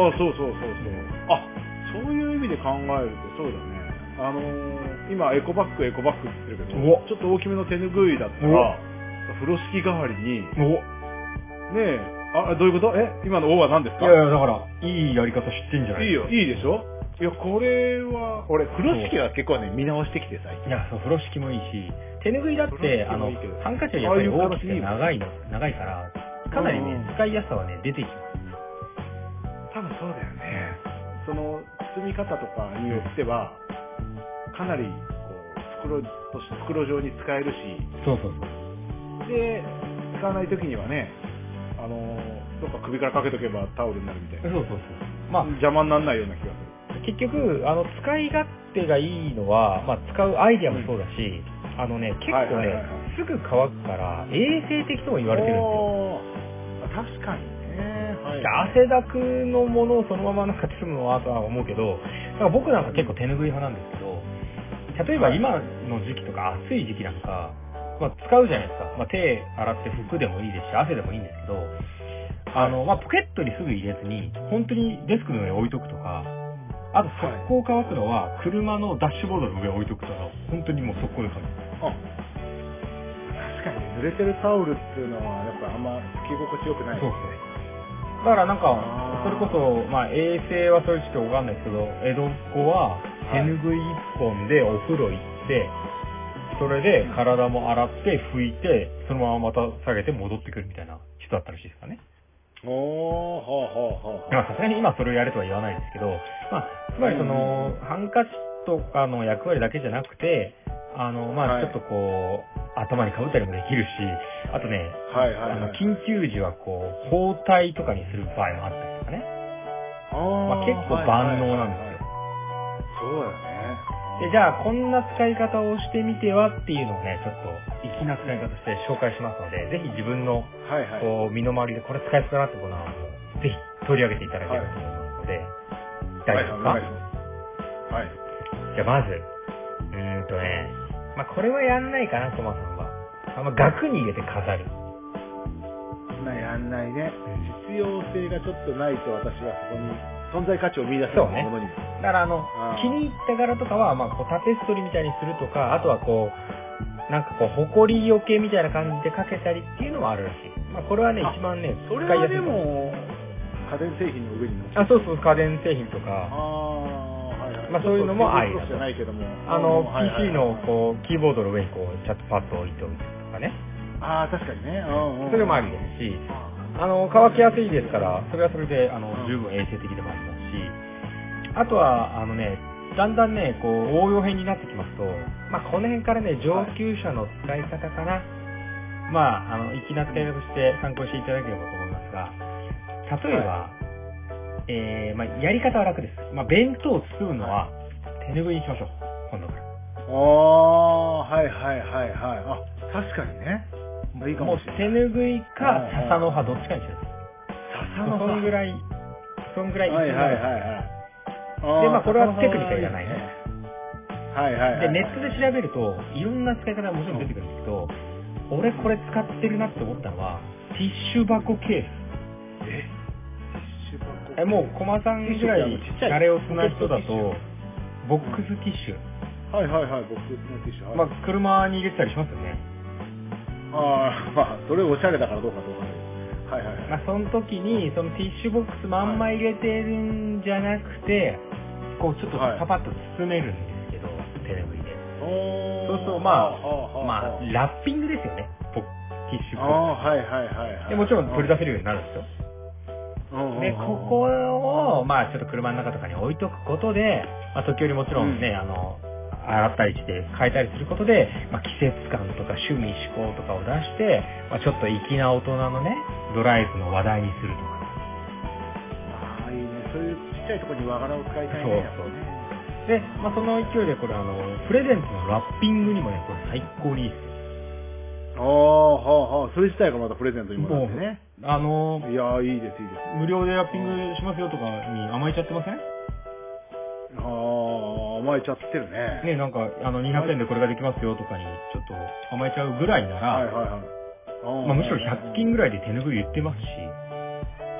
ああ、そうそうそうそう。あ、そういう意味で考えると、そうだね。あのー、今、エコバッグ、エコバッグって言ってるけうわど、ちょっと大きめの手ぬぐいだったうら、わ風呂敷代わりに、ねおえ、あ、どういうことえ今の王は何ですいかやいや、だから、いいやり方知ってんじゃないいいよ、いいでしょいや、これは、俺、風呂敷は結構ね、見直してきて最近。いや、そう、風呂敷もいいし、手拭いだっ風呂て、敷あものいいけど、ハンカチよりやっぱり大きくてあ長いの、長いから、かなりうねんうん、使いやすさはね、出てきます。多分そうだよね。その、包み方とかによっては、かなり、こう、袋として、袋状に使えるし、そうそうそう。で、使わない時にはね、あのー、どっか首からかけとけばタオルになるみたいそな。うそうそう。まあ、邪魔にならないような気がする。結局、あの、使い勝手がいいのは、まあ、使うアイディアもそうだし、あのね、結構はいはいはねいは、すぐ乾くから、衛生的とも言われてるんですよ。おーあ確かにね。はい汗だくのものをそのままなんか包むのはとは思うけど、だから僕なんか結構手ぬぐい派なんですけど、例えば今の時期とか暑い時期なんか、まあ、使うじゃないですか。まあ、手洗って服でもいいですし、汗でもいいんですけど、あの、まあ、ポケットにすぐ入れずに、本当にデスクの上に置いとくとか、あと速攻乾くのは、車のダッシュボードの上に置いとくとか、本当にもう速攻で乾く。あ確かに、濡れてるタオルっていうのは、やっぱあんま着心地よくない。そうですね。だからなんかあー、それこそ、まあ、衛生はそれちょっとわかんないですけど、江戸っ子は手ぬぐい一本でお風呂行って、それで体も洗って拭いて、そのまままた下げて戻ってくるみたいな人だったらしいですからね。おー、ほうほうほうほう。まあ、さすがに今それをやれとは言わないですけど、まあ、つまりその、ハンカチとかの役割だけじゃなくて、あの、まはあ、いちょっとこう、頭に被ったりもできるし、あとね、はいはいあはの、い。緊急時はこう、包帯とかにする場合もあったりとかね。あまあ、ー結構万能なんですよ。はいはいはいはいで、じゃあ、こんな使い方をしてみてはっていうのをね、ちょっと、粋な使い方として紹介しますので、ぜひ自分の、そうだよね。はいはい。こう、身の回りでこれ使いそうだなってことなのを、ぜひ取り上げていただければと思いますので、大丈夫はいですはい。かじゃあ、まず、うーんとね、まあ、これはやんないかな、コマさんは。あんま額に入れて飾る。まあやんないね。必要性がちょっとないと私はそこに存在価値を見出せるものに。だから、あのあー、気に入った柄とかは、まあ、こう、タペストリーみたいにするとか、あとはこう、なんかこう、埃よけみたいな感じでかけたりっていうのもあるらしい。まあ、これはね、あ一番ね、それ使いはやすいでも、家電製品の上に乗っけあ、そうそう、家電製品とあか、あー、はいはい。まあそういうのも愛だとちょっとロスじゃないけども。あの、はいはい PC の、こう、キーボードの上にこう、チャットパッドを置いておくとかね。ああ、確かにね。うんうん。それもありですし、あの、乾きやすいですから、それはそれで、あの、十分衛生的でもありますし、あとは、あのね、だんだんね、こう、応用編になってきますと、まあ、この辺からね、上級者の使い方から、まあ、あの、粋な使い方として参考していただければと思いますが、例えば、えー、まあ、やり方は楽です。まあ、弁当を作るのは、手拭いにしましょう。今度から。ああ、はいはいはいはい。あ、確かにね。まあいいかももうし手れない。拭いかうんうん、笹の葉、どっちかにします。笹のそんぐらい、そんぐらい、はいはいはいはい。ーでまあこれはテクニックはいらないね。はいはいはい。で、ネットで調べると、いろんな使い方がもちろん出てくるんですけど、俺これ使ってるなって思ったのは、ティッシュ箱ケース。えティッシュ箱え、もう、駒さんぐらい、慣れをつない人だと、ボックスティッシュ。はいはいはい、僕のティッシュ。ままあ、車に入れてたりしますよね。あ、あーまあ、それおしゃれだからどうかどうかね。はいはいまあ、その時に、そのティッシュボックスまんま入れてるんじゃなくて、こう、ちょっとはいパパッと包めるんですけど、手拭いで。はい。そうすると、まあ、まああ、ラッピングですよね。ポティッシュあボックー、はいはいはいはス。い。で、もちろん取り出せるようになるんですよ。うん。で、ここは、を、まあ、ちょっと車の中とかに置いとくことで、まあ、時折もちろんね、うんあの、洗ったりして変えたりすることで、まあ、季節感とか趣味思考とかを出して、まあ、ちょっと粋な大人のね、ドライブの話題にするとか。ああ、いいね。そういうちっちゃいところに和柄を使いたいね。やっぱそうそうねで、まあ、その勢いでこれ、あの、プレゼントのラッピングにもね、これ最高にいいです。ああ、はあはあ。それ自体がまたプレゼントにもなもってね。う、あの、いやー、いいです、いいです。無料でラッピングしますよとかに甘えちゃってませんああ、甘えちゃってるね。ね、なんか、あの、200円でこれができますよとかに、ちょっと甘えちゃうぐらいなら、はいはいはい。まあ、むしろ100均ぐらいで手拭い言ってますし、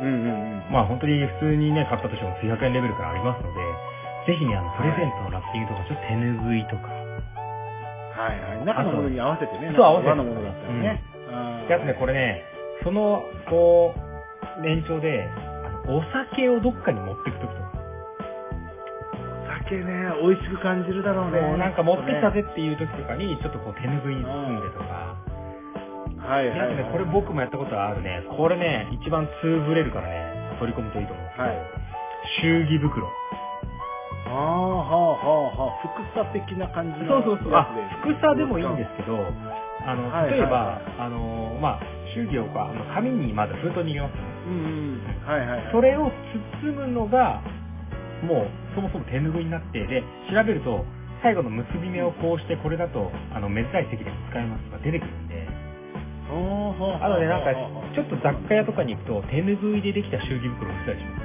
うんうんうん。まあ本当に普通にね、買ったとしても数百円レベルからありますので、ぜひね、あの、プレゼントのラッピングとか、ちょっと手拭いとか。はいはい。中のものに合わせてね。そう合わせて和のものだったりね。あーで、あとね、これね、その、こう、延長で、あのお酒をどっかに持っていくときとか、酒ね、美味しく感じるだろうね。こうなんか持ってきたはぜっていうときとかに、ちょっとこう手拭いに包んでとか、いはであといねはい。、これ僕もやったことあるね、これね、一番ツーブレるからね、取り込むといいと思うんですけど、はい祝儀袋。ああ、はあはあはあ。福さ的な感じそうの。そうそう。あ、副作でもいいんですけど、あの、はい例えはば、いあの、まあ、祝儀をこうあの紙にまず封筒に入れます。す。うんうん。はいはいはい。それを包むのが、もう、そもそも手拭いになって、で、調べると、最後の結び目をこうして、これだと、あの、珍しい席でも使えますとか出てくるんで、ほうほうほうほうほう、あとね、なんか、ちょっと雑貨屋とかに行くと、手拭いでできた祝儀袋を売ってたりしま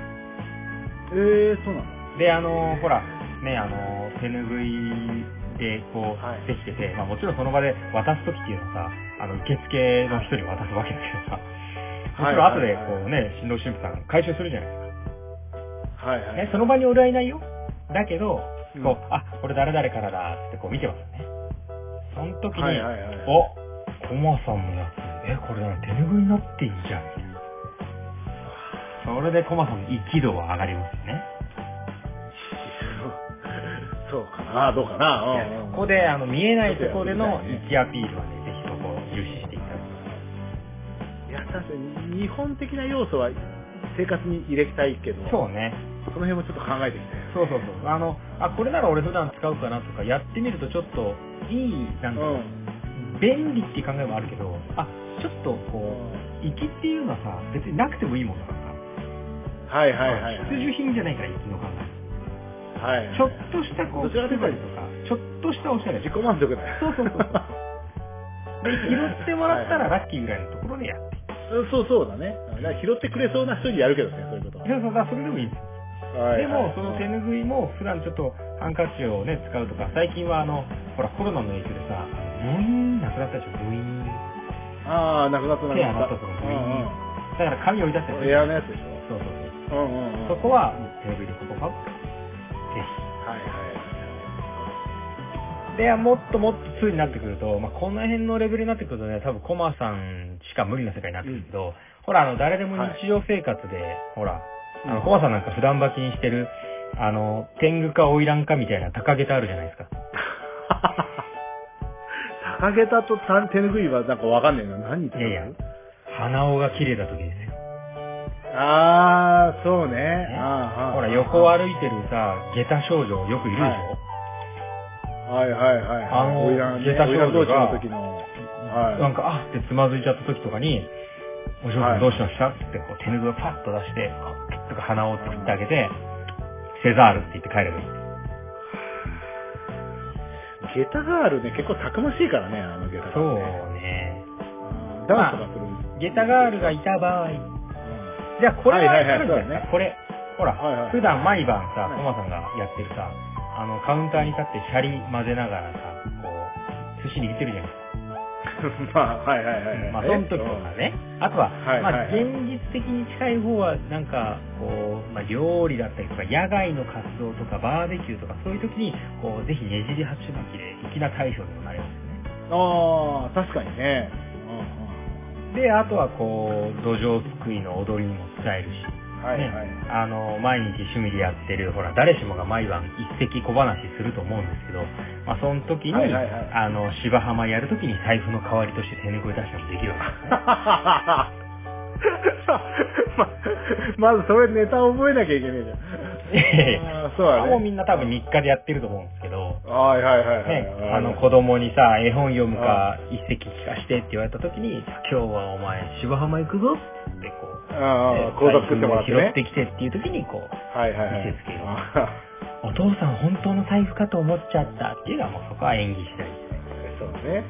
ええー、そうなのす。で、あの、ほら、ね、あの、手拭いで、こう、はいできてて、まあもちろんその場で渡すときっていうのはさ、あの、受付の人に渡すわけだけどさ、もちろん後でこうね、新郎新婦さん回収するじゃないですはいか。はい。ね、その場に俺はいないよ。だけど、うんこう、あ、これ誰々からだってこう見てますよね。その時に、はいはいはいお、コマさんのやつ、え、これなんか手拭いになってんじゃん。みたいなそれでコマさんの憤度は上がりますよね。そうかな、どうかな。うんうんここで、あの、見えないところでの粋アピールはね、ぜひそこを重視していただきたい。いや、確かに日本的な要素は生活に入れたいけど、そうね。その辺もちょっと考えてみたい。そうそうそう。あの、あ、これなら俺普段使うかなとか、やってみるとちょっと、いい、なんだろう、便利っていう考えもあるけど、あ、ちょっとこう、粋っていうのはさ、別になくてもいいものだからさ。はいはいはいはい。必需品じゃないから、粋の考はいえ。はい。ちょっとしたこう、どちらかというと気配りとか、ちょっとしたおしゃれ。自己満足だよ。そうそうそうで、拾ってもらったらはいラッキーぐらいのところでやっうて。んそうそうだね。だから拾ってくれそうな人にやるけどね、そういうことは。そうそうそう、それでもいいんですよはいでも、はいその手拭いも普段ちょっとハンカチをね、使うとか、最近はあの、ほら、コロナの影響でさ、あのブイーンなくなったでしょ、ブイーン。ああ、なくなったなく手なっ洗った。たところブイーン。だから紙を追い出したうんりうん。エするアのやつでしそうそうそう。ょ。うんうんうん。そこは、もう手拭いでここかぜはいはいはい。ひ。いや、もっともっと2になってくると、まあ、この辺のレベルになってくるとね、多分コマさんしか無理な世界になってくるけど、ほら、あの、誰でも日常生活で、ほら、あうんの、コマさんなんか普段履きにしてる、あの、天狗か花魁かみたいな高げたあるじゃないですか。高げたとた手ぬぐいはなんかわかんねえな。何言っていやいやる、鼻緒が綺麗だ時ですね。あー、そうね。ねあーほら、横をい。歩いてるさ、下駄少女よくいるでしょ、はいはいはいはい。あのおいらんね、下駄おいらん少女が同士の時の。はい。なんか、あっってつまずいちゃった時とかに、お嬢さはいんどうしましたって言って、こう手拭いをパッと出して、こうとか鼻を取ってあげて、セザールって言って帰ればいい。下駄ガールね、結構たくましいからね、あの下駄ガール、ね。ね。うんダンスとかするんです下駄ガールがいた場合、うんじゃあこれははいはいはいやるんじゃないですかこれ、ほら、はいはい普段毎晩さ、はいコマさんがやってるさ、あの、カウンターに立ってシャリ混ぜながらさ、こう、寿司握ってるじゃないですか。 [laughs] まあ、はいはいはいはい。まあ、その時とかね。あとは、はいまはいあ、はい現実的に近い方は、なんか、こう、まあ、料理だったりとか、野外の活動とか、バーベキューとか、そういう時に、こう、ぜひねじり鉢巻きで、粋な対象にもなりますよね。うん。ああ、確かにね。で、あとは、こう、土壌すくいの踊りにも使えるし、うんうん。はいはい。ね、あの、毎日趣味でやってる、ほら、誰しもが毎晩一石小話すると思うんですけど、まあ、その時に、はいはいはいあの、芝浜やる時に財布の代わりとして手拭い出したりもできるわけです [laughs] ね。まま [laughs] ずそれネタ覚えなきゃいけねえじゃん。いやいやあーそうだもうみね。んな多分日課でやってると思うんですけど、はいはいはいはい。ね、あの子供にさ、絵本読むか、一席聞かしてって言われた時に、今日はお前、芝浜行くぞってこう、うんうん、工作してもらって財布を拾ねっ。てきてっていう時に、こう、はいはいはい。見せつけようお父さん本当の財布かと思っちゃったっていうのはもうそこは演技次第ですね。 [laughs] そうね。はいはい。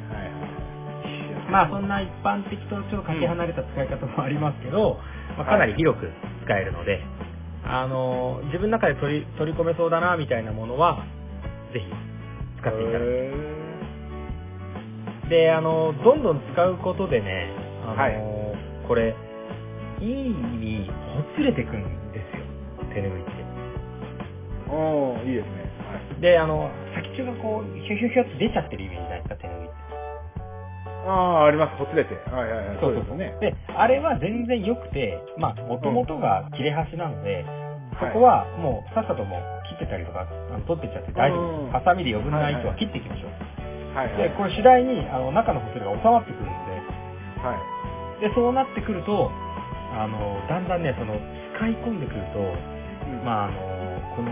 まあそんな一般的とちょっとかけ離れた使い方もありますけど、まあ、かなり広く使えるので、あの、自分の中で取り取り込めそうだなみたいなものは、ぜひ使っていただきたいへで、あの、どんどん使うことでね、あの、はいこれ、いい意味、ほつれてくんですよ、手拭いっーおーいいですね。て。で、あの、先っちょがこう、ひょひょひょって出ちゃってるイメージないですか、手拭いはって。い、ああ、あります。ほつれて。はいはいはい。そうですね。で、あれは全然良くて、まあ、もともとが切れ端なので、そこははもう、さっさともう切ってたりとか、あの取ってっちゃって大丈夫うんです。ハサミで余分な糸はいはいは切っていきましょう。い、はいはい。で、これ次第に、あの、中のほつれが収まってくるので、はい。で、そうなってくると、あの、だんだんね、その、使い込んでくると、あ、まあ、あの、この、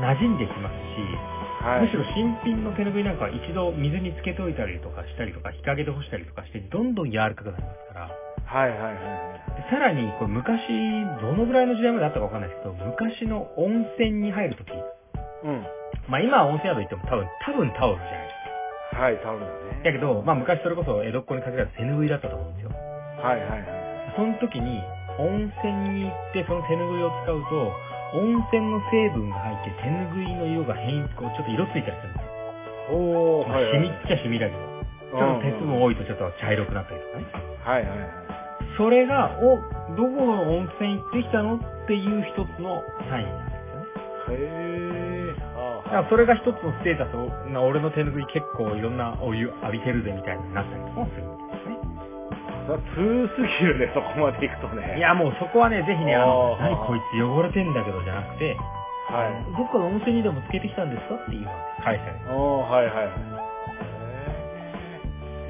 な、馴染んできますし、はい、むしろ新品の手拭いなんかは一度水につけといたりとかしたりとか、日陰で干したりとかして、どんどん柔らかくなりますから、はいはいはいはい。でさらに、これ昔、どのぐらいの時代まであったかわかんないですけど、昔の温泉に入るとき、うん。まあ今は温泉宿行っても多分、多分タオルじゃないですか。はい、タオルだね。だけど、まあ昔それこそ江戸っ子に限らず手拭いだったと思うんですよ。はいはいはい。その時に、温泉に行ってその手拭いを使うと、温泉の成分が入って手拭いの色が変、こうちょっと色ついたりするんですよ。おー、まあ、はい、はい。染みっちゃ染みだけど、ちょっと鉄分多い。多いとちょっと茶色くなったりとかね。はいはいはい。それが、お、どこの温泉行ってきたのっていう一つのサインなんですよね。へー。はだあはからそれが一つのステータスを、な俺の手拭い結構いろんなお湯浴びてるぜみたいになったりとかもするんですね。あ、それは通すぎるね、そこまで行くとね。い、やもうそこはね、ぜひね、あのお、ー何こいつ汚れてんだけどじゃなくて、はい。どっかの温泉にでもつけてきたんですかっていう返したり。おー、はいはいはい。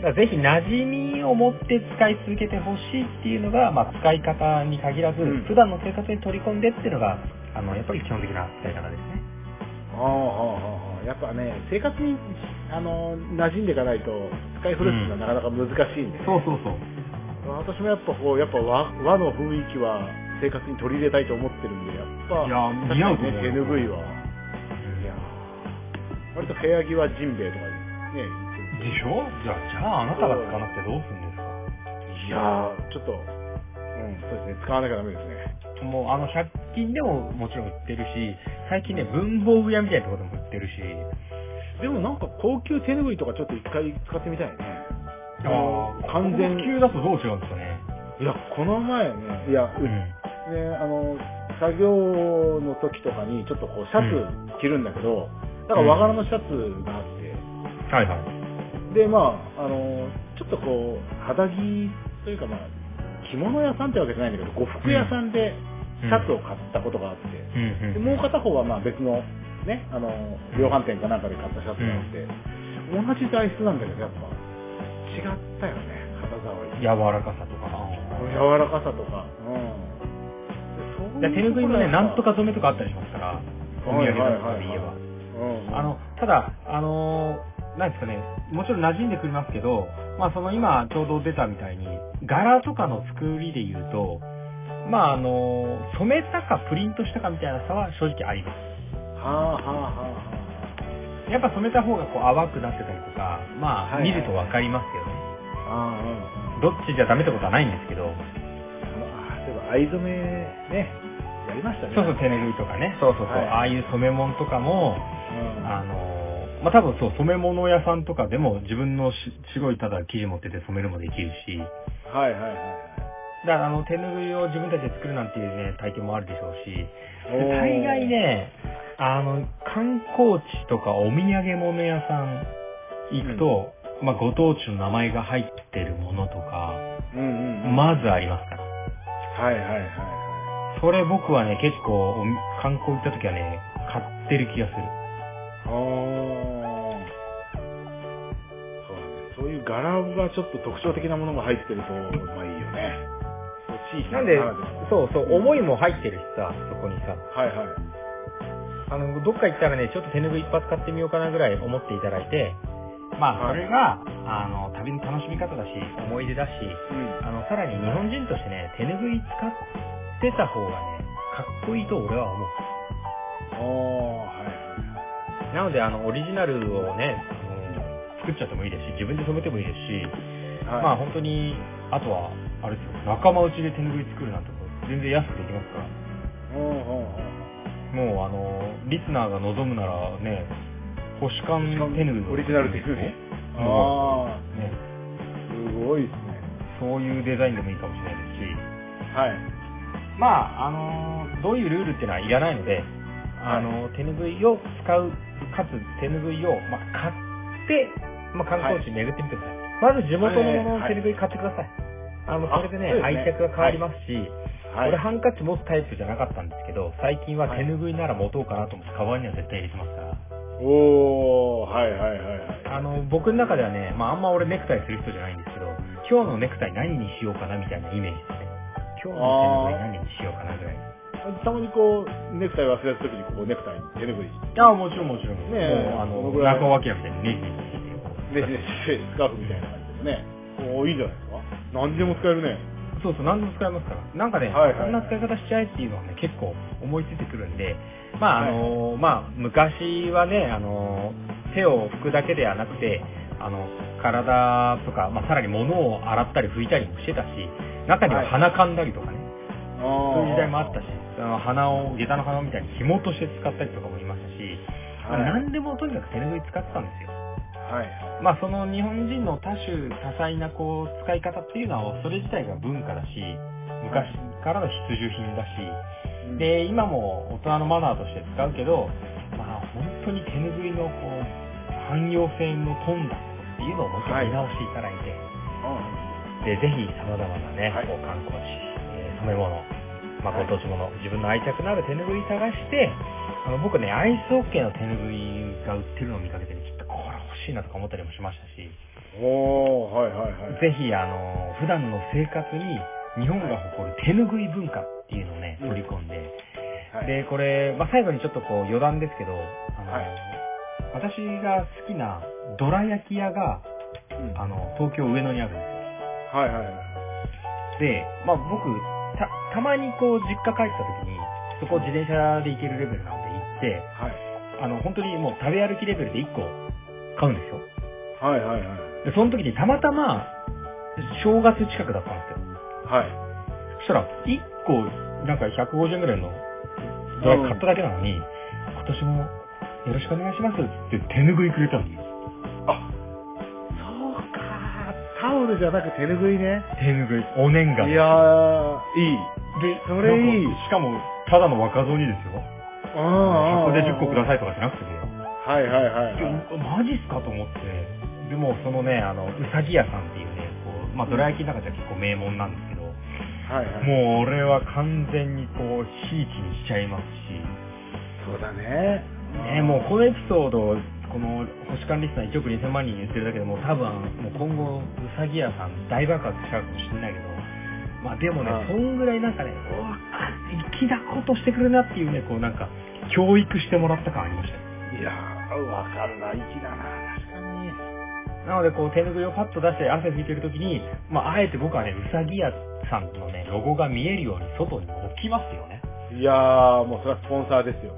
だからぜひ馴染みを持って使い続けてほしいっていうのが、まあ、使い方に限らず、うん普段の生活に取り込んでっていうのが、あの、やっぱり基本的な使い方ですね。あーはあはあはあ。やっぱね、生活に、あの、馴染んでいかないと、使い古すのはなかなか難しいんで、ねそうそうそう。私もやっぱこう、やっぱ和和の雰囲気は生活に取り入れたいと思ってるんで、やっぱ、いや確ーかに似合うと思ね、う手よ拭いは。いやー割と部屋着はジンベエとかね、言ってでしょじゃあ、じゃああなたが使わなくてどうするんですかるいやー、ちょっと、うん、そうですね、使わなきゃダメですね。もうあの100均でももちろん売ってるし、最近ね、文房具屋みたいなところでも売ってるし、でもなんか高級手拭いとかちょっと一回使ってみたいね。ー完全この級だとどう違うんですかね。いや、この前ね、いや、うね、ん。あの、作業の時とかにちょっとこうシャツ着るんだけど、だから和柄のシャツがあっはいはい。て、で、まあ、あの、ちょっとこう、肌着というかまあ、着物屋さんってわけじゃないんだけど、呉服屋さんでシャツを買ったことがあって、うんでうん。もう片方はまあ別の、ね、あの、量販店かなんかで買ったシャツなので、同じ材質なんだけど、やっぱ、違ったよね、肌触り。柔らかさとか。柔らかさとか。うん。いや手ぬぐいもね、なんとか染めとかあったりしますから、お土はい産はいとかで言えば。うんうん、あの、ただ、あのーなんですかね、もちろん馴染んでくれますけど、まあその今ちょうど出たみたいに、柄とかの作りで言うと、まああのー染めたかプリントしたかみたいな差は正直ありまはあはあはあはす。やっぱ染めた方がこう淡くなってたりとか、まあはい見るとわかりますけどね。あ。ああ、うんうん。どっちじゃダメってことはないんですけあど、あ、そういえば藍染めね、やりましたね。そうそう、手拭いとかね、そうそうそう、はいああいう染め物とかも、うん。あのーまあ、多分そう、染め物屋さんとかでも自分のし白いただ生地持ってて染めるもできるし、はいはいはいはい。だからあの手ぬぐいを自分たちで作るなんていうね、体験もあるでしょうし、おー大概。ね、あの、観光地とかお土産物屋さん行くと、まあ、ご当地の名前が入ってるものとか、うんうんうん。まずありますから。はいはいはいはそれ僕はね、結構お観光行った時はね、買ってる気がする。い。おーそうだねそういう柄がちょっと特徴的なものが入ってると、まあいいよね。そう地域のなんでならでは、そうそう、思いも入ってるしさ、そこにさ。はいはい。あの、どっか行ったらね、ちょっと手拭い一発買ってみようかなぐらい思っていただいて、まあ、はそいれが、あの、旅の楽しみ方だし、思い出だし、うん。あの、さらに日本人としてね、手拭い使ってた方がね、かっこいいと俺は思う。おー、はいなので、あの、オリジナルをね、あの作っちゃってもいいですし、自分で染めてもいいですし、はいはい。まあ本当に、あとは、あれですよ、仲間内で手拭い作るなんてこと、全然安くできますかうら。んうんうんもうあの、リスナーが望むならね、保守官手ぬぐい。オリジナル手拭いあもうね、あ、すごいですね。そういうデザインでもいいかもしれないですし、はい。まあ、あのどういうルールっていうのはいらないので、あの手ぬぐいを使う、かつ手ぬぐいを、まあ、買って、まあ、観光地巡ってみてください。まず地元のものの手ぬぐい買ってください。あの、あそれでね、そうですね愛着が変わりますし、はい。俺ハンカチ持つタイプじゃなかったんですけど、最近ははい手ぬぐいなら持とうかなと思って、カバンには絶対入れてますから。おー、はいはいはいはい。あの、僕の中ではね、まああんま俺ネクタイする人じゃないんですけど、今日のネクタイ何にしようかなみたいなイメージですね。今日の手ぬぐい何にしようかなぐらい。たまにこう、ネクタイ忘れた時に、こう、ネクタイに手ぬぐい、ああ、もちろんもちろん。ねえもうあこのの、ぐらい中尾明みネたいにネジジネジしてスカーフみたいな感じですね。おー、いいじゃないですか。何でも使えるね。そうそう、何でも使えますから。なんかね、はいはいこんな使い方しちゃえっていうのはね、結構思いついてくるんで、まああの、まあ昔はね、あの、手を拭くだけではなくて、あの、体とか、まあさらに物を洗ったり拭いたりもしてたし、中には鼻かんだりとかね、そういう時代もあったし、あの鼻を、下駄の鼻みたいに紐として使ったりとかもいましたし、まあはい何でもとにかく手拭い使ってたんですよ。はいはい。まあその日本人の多種多彩なこう使い方っていうのはそれ自体が文化だし、昔からの必需品だし、うん、で、今も大人のマナーとして使うけど、まあ本当に手拭いのこう、汎用性の飛んだっていうのをもう一回見直していただいて、で、ぜひ様々なね、はいこう観光地、えー染め物、まあ、ご当地物、自分の愛着のある手ぬぐい探して、あの僕ね、アイスホッケーの手ぬぐいが売ってるのを見かけてね、ちょっとこれ欲しいなとか思ったりもしましたし、うん。おー、はいはいはい。ぜひ、あの、普段の生活に日本が誇る手ぬぐい文化っていうのをね、うん取り込んで、はい、で、これ、まあ、最後にちょっとこう余談ですけど、あの、はい私が好きなどら焼き屋が、うんあの、東京上野にあるんですよはいはいはい。で、まあ僕、た、たまにこう実家帰った時に、そこ自転車で行けるレベルなんで行って、はい。あの本当にもう食べ歩きレベルで1個買うんですよ。はいはいはい。で、その時にたまたま、正月近くだったんですよ。はい。そしたら、1個、なんか150円ぐらいのドライブ買っただけなのに、今年もよろしくお願いしますって手拭いくれたんですよ。あ、そうかタオルじゃなく手ぬぐいね。手拭い、お年賀いやー、いい。で、それいいなんかしかも、ただの若造にですよ。ああ。そこで10個くだい。さいとかじゃなくてね、はいはいはいいやはい。マジっすかと思ってでもそのねあのうさぎ屋さんっていうねこう、まあ、どら焼きの中じゃ結構名門なんですけどはいはい。もう俺は完全にこうひいきにしちゃいますそうだね。し、ね、もうこのエピソードをこの星間リスナー1億2000万人に言ってるだけでもう多分もう今後うさぎ屋さん大爆発しちゃうかもしれないけどまあでもねはいそんぐらいなんかねうわ粋なことしてくれるなっていうねこうなんか教育してもらった感ありましたいやー、わかるな、粋だな。なので、こう、手拭いをパッと出して汗拭いてるときに、まあ、あえて僕はね、うさぎ屋さんのね、ロゴが見えるように外に置きますよね。いやー、もうそれはスポンサーですよ。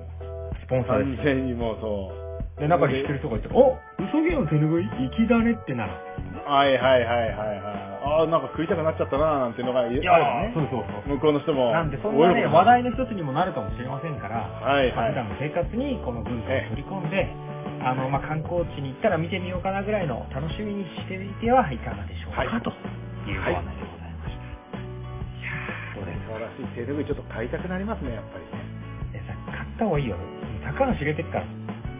スポンサー完です。全にもうそう。で、中に知ってる人がいて、おうさぎ屋の手拭い粋だねってなる。はいはいはいはいはい。あー、なんか食いたくなっちゃったなーなんてのがあるよそうね。そうそ向う。こうの人も。なんで、そんなね、話題の。の一つにもなるかもしれませんから、はいまはいあ普段の生活にこの文化を取り込んで、あの、まあ、観光地に行ったら見てみようかなぐらいの楽しみにしてみてはいかがでしょうはか、いというご案内でございました。いやーどうです素晴らしい。手ぬぐいちょっと買いたくなりますね、やっぱりね。えさ買った方がいいよ高橋入れてっからち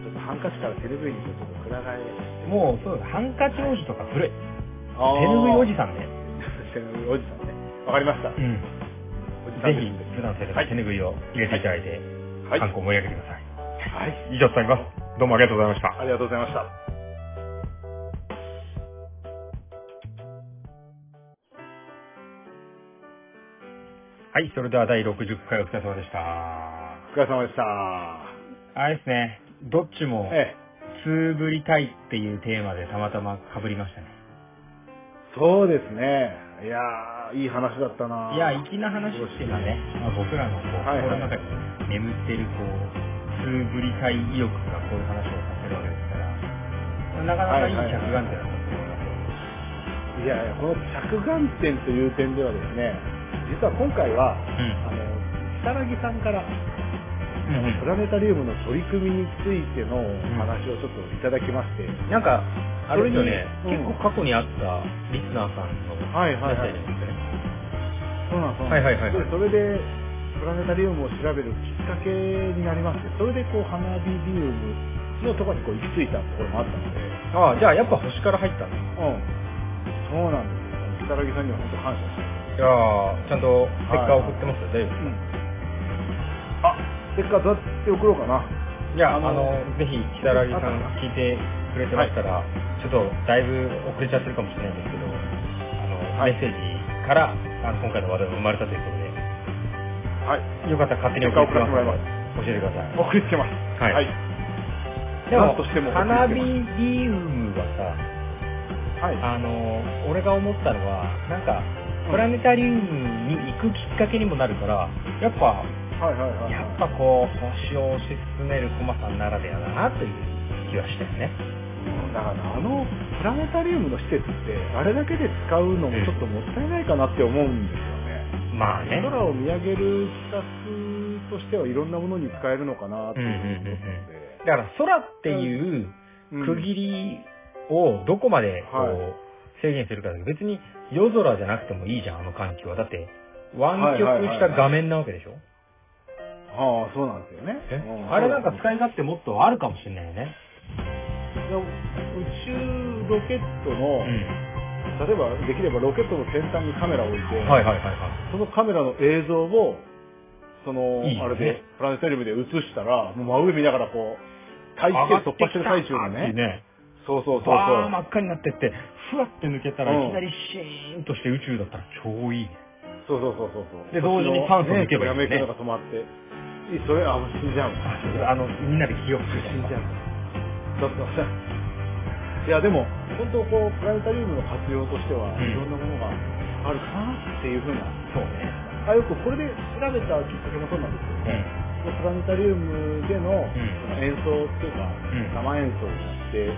ょっとハンカチから手ぬぐいにちょっとくら替え。もうそうハンカチ王子とか古い手あーぬぐいおじさんで、手ぬぐいおじさんね。わかりました。うぜん、ぜひ普段の生活に手ぬぐいを入れていただいて、はい。はハいンコを盛り上げてくださいはい。以上となりますどうもありがとうございましたありがとうございました。はいそれでは第60回お疲れ様でしたあお疲れ様でした。れですねどっちもええ、つぶりたいっていうテーマでたまたま被りましたねそうですね。いやー、いい話だったないや粋な話っていうのはね、まあ、僕らのこうはいはい心の中に眠ってるこうつぶりたい意欲がこういう話をさせるわけですからなかなかいい着眼点だと思いますよいやいや、この着眼点という点ではですね、実は今回は、あの、如月さんから、うんプラネタリウムの取り組みについてのお話をちょっといただきまして、なんか、あれですよね、それにうん結構過去にあったリスナーさんのはいはいはいメッセージですね。そうなんそうなんはいはいはいはいでそれで、プラネタリウムを調べるきっかけになりまして、それでこう、花火ビウムのところにこう行き着いたところもあったので、ああ、じゃあやっぱ星から入ったんだ。うん。そうなんですよ。如月さんには本当感謝してます。いやーちゃんと結果送ってますよ、大丈夫うんあ、せっかくどうやって送ろうかな。じゃあ、ああのの、ぜひ、木更木さん聞いてくれてましたら、ちょっとだいぶ遅れちゃってるかもしれないんですけど、あの、はいメッセージから、あの今回の話題が生まれたということはい。で、よかったら勝手に送ってくださ結い果送らせてもらい。教えてください。送りつけます。はいでもなんとしても花送火りつけビウムはさ、はい。あの俺が思ったのはなんかプラネタリウムに行くきっかけにもなるからやっぱはいはいはいはい。やっぱこう星を推し進めるコマさんならではだなという気はしたよねうんだからあの、プラネタリウムの施設って、あれだけで使うのもちょっともったいないかなって思うんですよね。まあね空を見上げる企画としてはいろんなものに使えるのかなっていうふうに思ったのでだから空っていううん。区切りをどこまでこはう制限するかだけど別に夜空じゃなくてもいいじゃんあの環境はだって湾曲した画面なわけでしょはあ、そうなんですよね。えうあれなんか使い勝手もっとあるかもしれないよねいや宇宙ロケットの、うん例えばできればロケットの先端にカメラを置いて、はいはいはいはいそのカメラの映像を、その、いいねあれで、プラネタリウムで映したら、もう真上見ながらこう、大気圏突破してる最中のね。そうそうそうそう。バー真っ赤になってって、ふわって抜けたらうんいきなりシーンとして宇宙だったら超いいね。そうそうそうそうそう。で同時に酸素抜けばいいんだね。やよねめ止まって。いいそれ、あ、もう死んじゃう。あの、みんなで記憶する死んじゃう。そうそうそう。いや、でも、本当こう、プラネタリウムの活用としては、うんいろんなものがあるかなっていうふうな。そうね。あ、よくこれで調べたきっかけもそうなんですけどね。プラネタリウムでの演奏っていうか、ん生演奏をして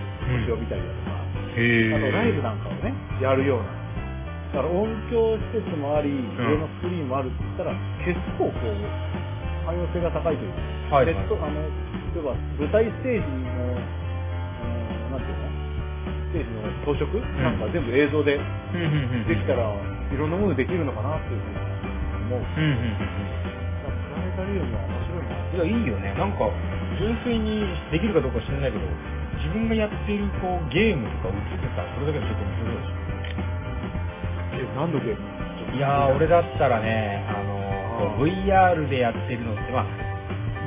星を見たりだとか、へあとライブだ。なんかをね、やるような。だから音響施設もあり、いろんなスクリーンもあるって言ったら、結構こう、汎用性が高いというか、はいネットあの、例えば舞台ステージの、うんなんていうのステージの装飾、なんか全部映像でうんうんうんうんできたら、いろんなものできるのかなっていうふうに思う。うんうんだからプラネタリウムは面白いな。うん。いや、いいよね。なんか、純粋にできるかどうかは知らないけど、自分がやってるこうゲームとかを映ってさ、それだけでちょっと面白いでしえ、何のゲームょ。いやー、俺だったらね、あのーこう VR でやってるのって、まあ、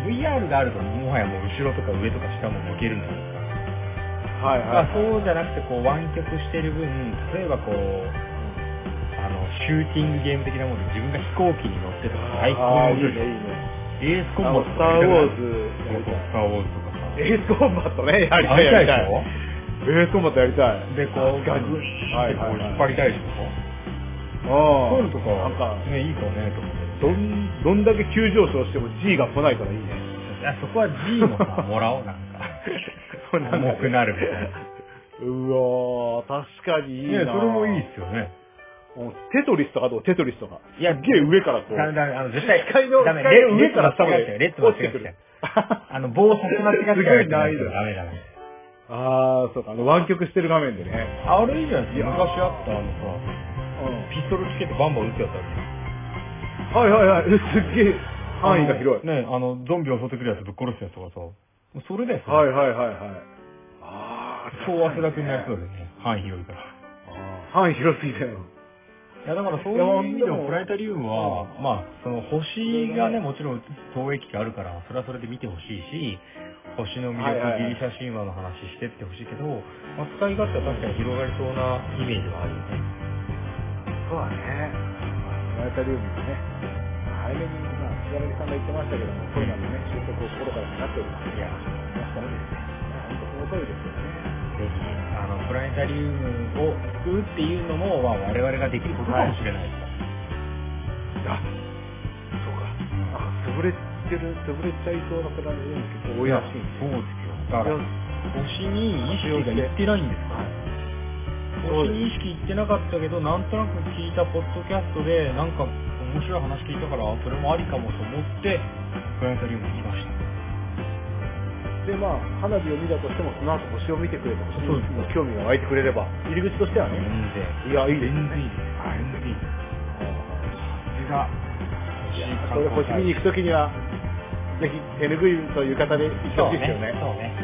VR があるともはやもう後ろとか上とか下も向けるんだけどさ、はいまはいあ、。そうじゃなくてこう湾曲してる分、例えばこう、あの、シューティングゲーム的なもので自分が飛行機に乗ってとか、最あーい高にい面ね、い白いいね。でしょ。エースコンあボの、スとター・ウかォーやりたズくないやりたいスエースコンバットね、やりたい、やりターウォーズとかさ。やりたたいいでしょ。エースコンバットやりたい。で、こう、ガグイーンっはていこはいうはい引っ張りたいでしょ。そういううん。のとか、なんか、ね、いいかね、と思って。どん、どんだけ急上昇しても G が来ないからいいね。あそこは G もさ、もらおう、なんか。 [laughs] 重くなるみたいな。 [laughs] うわー、確かにいいなね、それもいいっすよね。もうテトリスとかどうテトリスとか。いやすっげえ上からこう。ダメダメ、あの、絶対、視界のダメ、視界レのッ上ドから間下ま違でえたよ、レッド間違えたよ。あの、棒先間違えたすごいダ難メ易度ダメ。あー、そうか、あの、湾曲してる画面でね。あ、あれいいじゃないですか。いや昔あった、あのさ、ピストルつけてバンバン撃つやつあるじゃんうん。はいはい [laughs] はい。すっげえ範囲が広い。ね、あの、ゾンビを襲ってくるやつぶっ殺すやつとかさ、それだよ、それはいはいはいはい。あー、そう忘れなくなりそうでね、範囲広いから。いあー範囲広すぎだよ。や、だからそういやいう意味ででも、もプラネタリウムは、まあ、その星がね、もちろん映す投影機があるから、それはそれで見てほしいし、星の魅はいはいは力、いギリシャ神話の話してってほしいけど、まあ、使い勝手は確かに広がりそうなイメージはあるよね。そうだね。プラネタリウムもね、早めに、まあ、菅原さんが言ってましたけども、コロナのね、収束を心から願っております。いや確かにですね。本当その通りですよね。ぜひね、あの、プラネタリウムを救うっていうのも、まあ、我々ができることかもしれないですから。あ、そうか。あ、潰れてる、潰れちゃいそうなプラネタリウム結構多いらしいんそうで。ですよ。だから、星に意識がいってないんですかそう星ですに意識いってなかったけど、なんとなく聞いたポッドキャストで、なんか面白い話聞いたから、それもありかもと思って、プラネタリウムにいました。で、まあ、花火を見たとしても、その後星を見てくれて、星そうですの興味が湧いてくれれば、入り口としては全ね、然。いや、いいです全ね。然いいです。全然いいです。さすが、いや星それ星見に行くときには、ぜひ手ぬぐいという方で行ってそうほしいねですよね。そうね。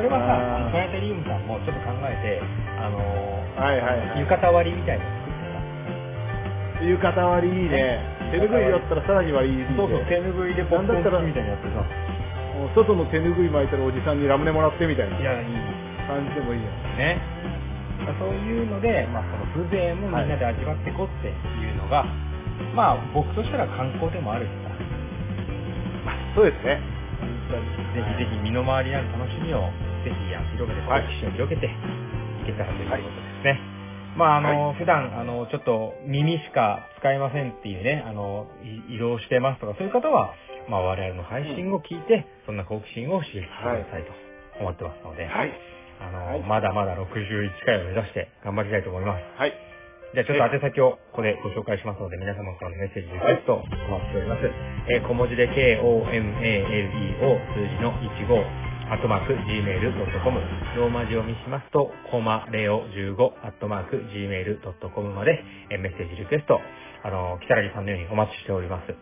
それはさ、あーあのプラネタリウムさんもちょっと考えて、あのーはいはいはい浴衣割りみたいなの作ってさ、浴衣割りいいね。手ぬぐいだったらさらに割りいいねそうそう、手ぬぐいでポップコーン好きみたいにやってさ、もう外の手ぬぐい巻いてるおじさんにラムネもらってみたいないや、いい感じでもいいよ。ね。そういうので、まあ、その風情もみんなで味わってこっていうのが、まあ、僕としたら観光でもあるしさ、そうですね。ぜひぜひ身の回りにある楽しみを、ぜひあ広げて、好はい奇心を広げていけたらということですね。まあ、あの、普段、あの、ちょっと耳しか使えませんっていうね、あの、い移動してますとか、そういう方は、まあ、我々の配信を聞いて、そんな好奇心を刺激してくださいと思ってますので、はい。あの、はいまだまだ61回を目指して頑張りたいと思います。はい。じゃあちょっと宛先をここでご紹介しますので、皆様からのメッセージリクエストをお待ちしております。えー小文字で KOMALEO 数字の15、アットマーク gmail.com、ローマ字読みしますと、コマレオ15、アットマーク gmail.com まで、えーメッセージリクエスト、あの、木更木さんのようにお待ちしております。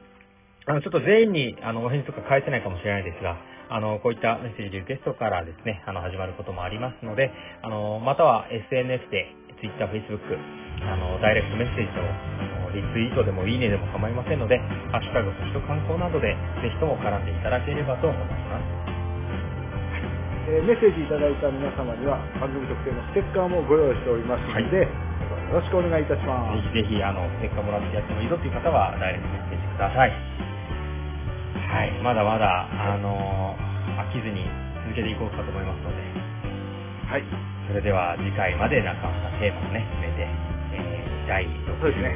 あの、ちょっと全員に、あの、お返事とか返せないかもしれないですが、あの、こういったメッセージリクエストからですね、あの、始まることもありますので、あの、または SNS で、Twitter、Facebook、あの、ダイレクトメッセージの、あのリツイートでもいいねでも構いませんので、ハッシュタグ、星と観光などで、ぜひとも絡んでいただければと思います。えーメッセージいただいた皆様には、番組特製のステッカーもご用意しておりますので、よろしくお願いいたします。ぜひぜひ、あの、ステッカーもらってやってもいいぞという方は、ダイレクトメッセージください。はい、まだまだ、あの、飽きずに続けていこうかと思いますので、はい。それでは次回まで中村テーマをね決めて、えー第そうですね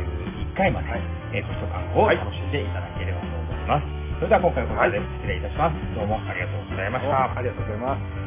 61回まで、はいえーご視聴観光を楽しんでいただければと思います、それでは今回はこちらで失礼いたします、どうもありがとうございました、ありがとうございます。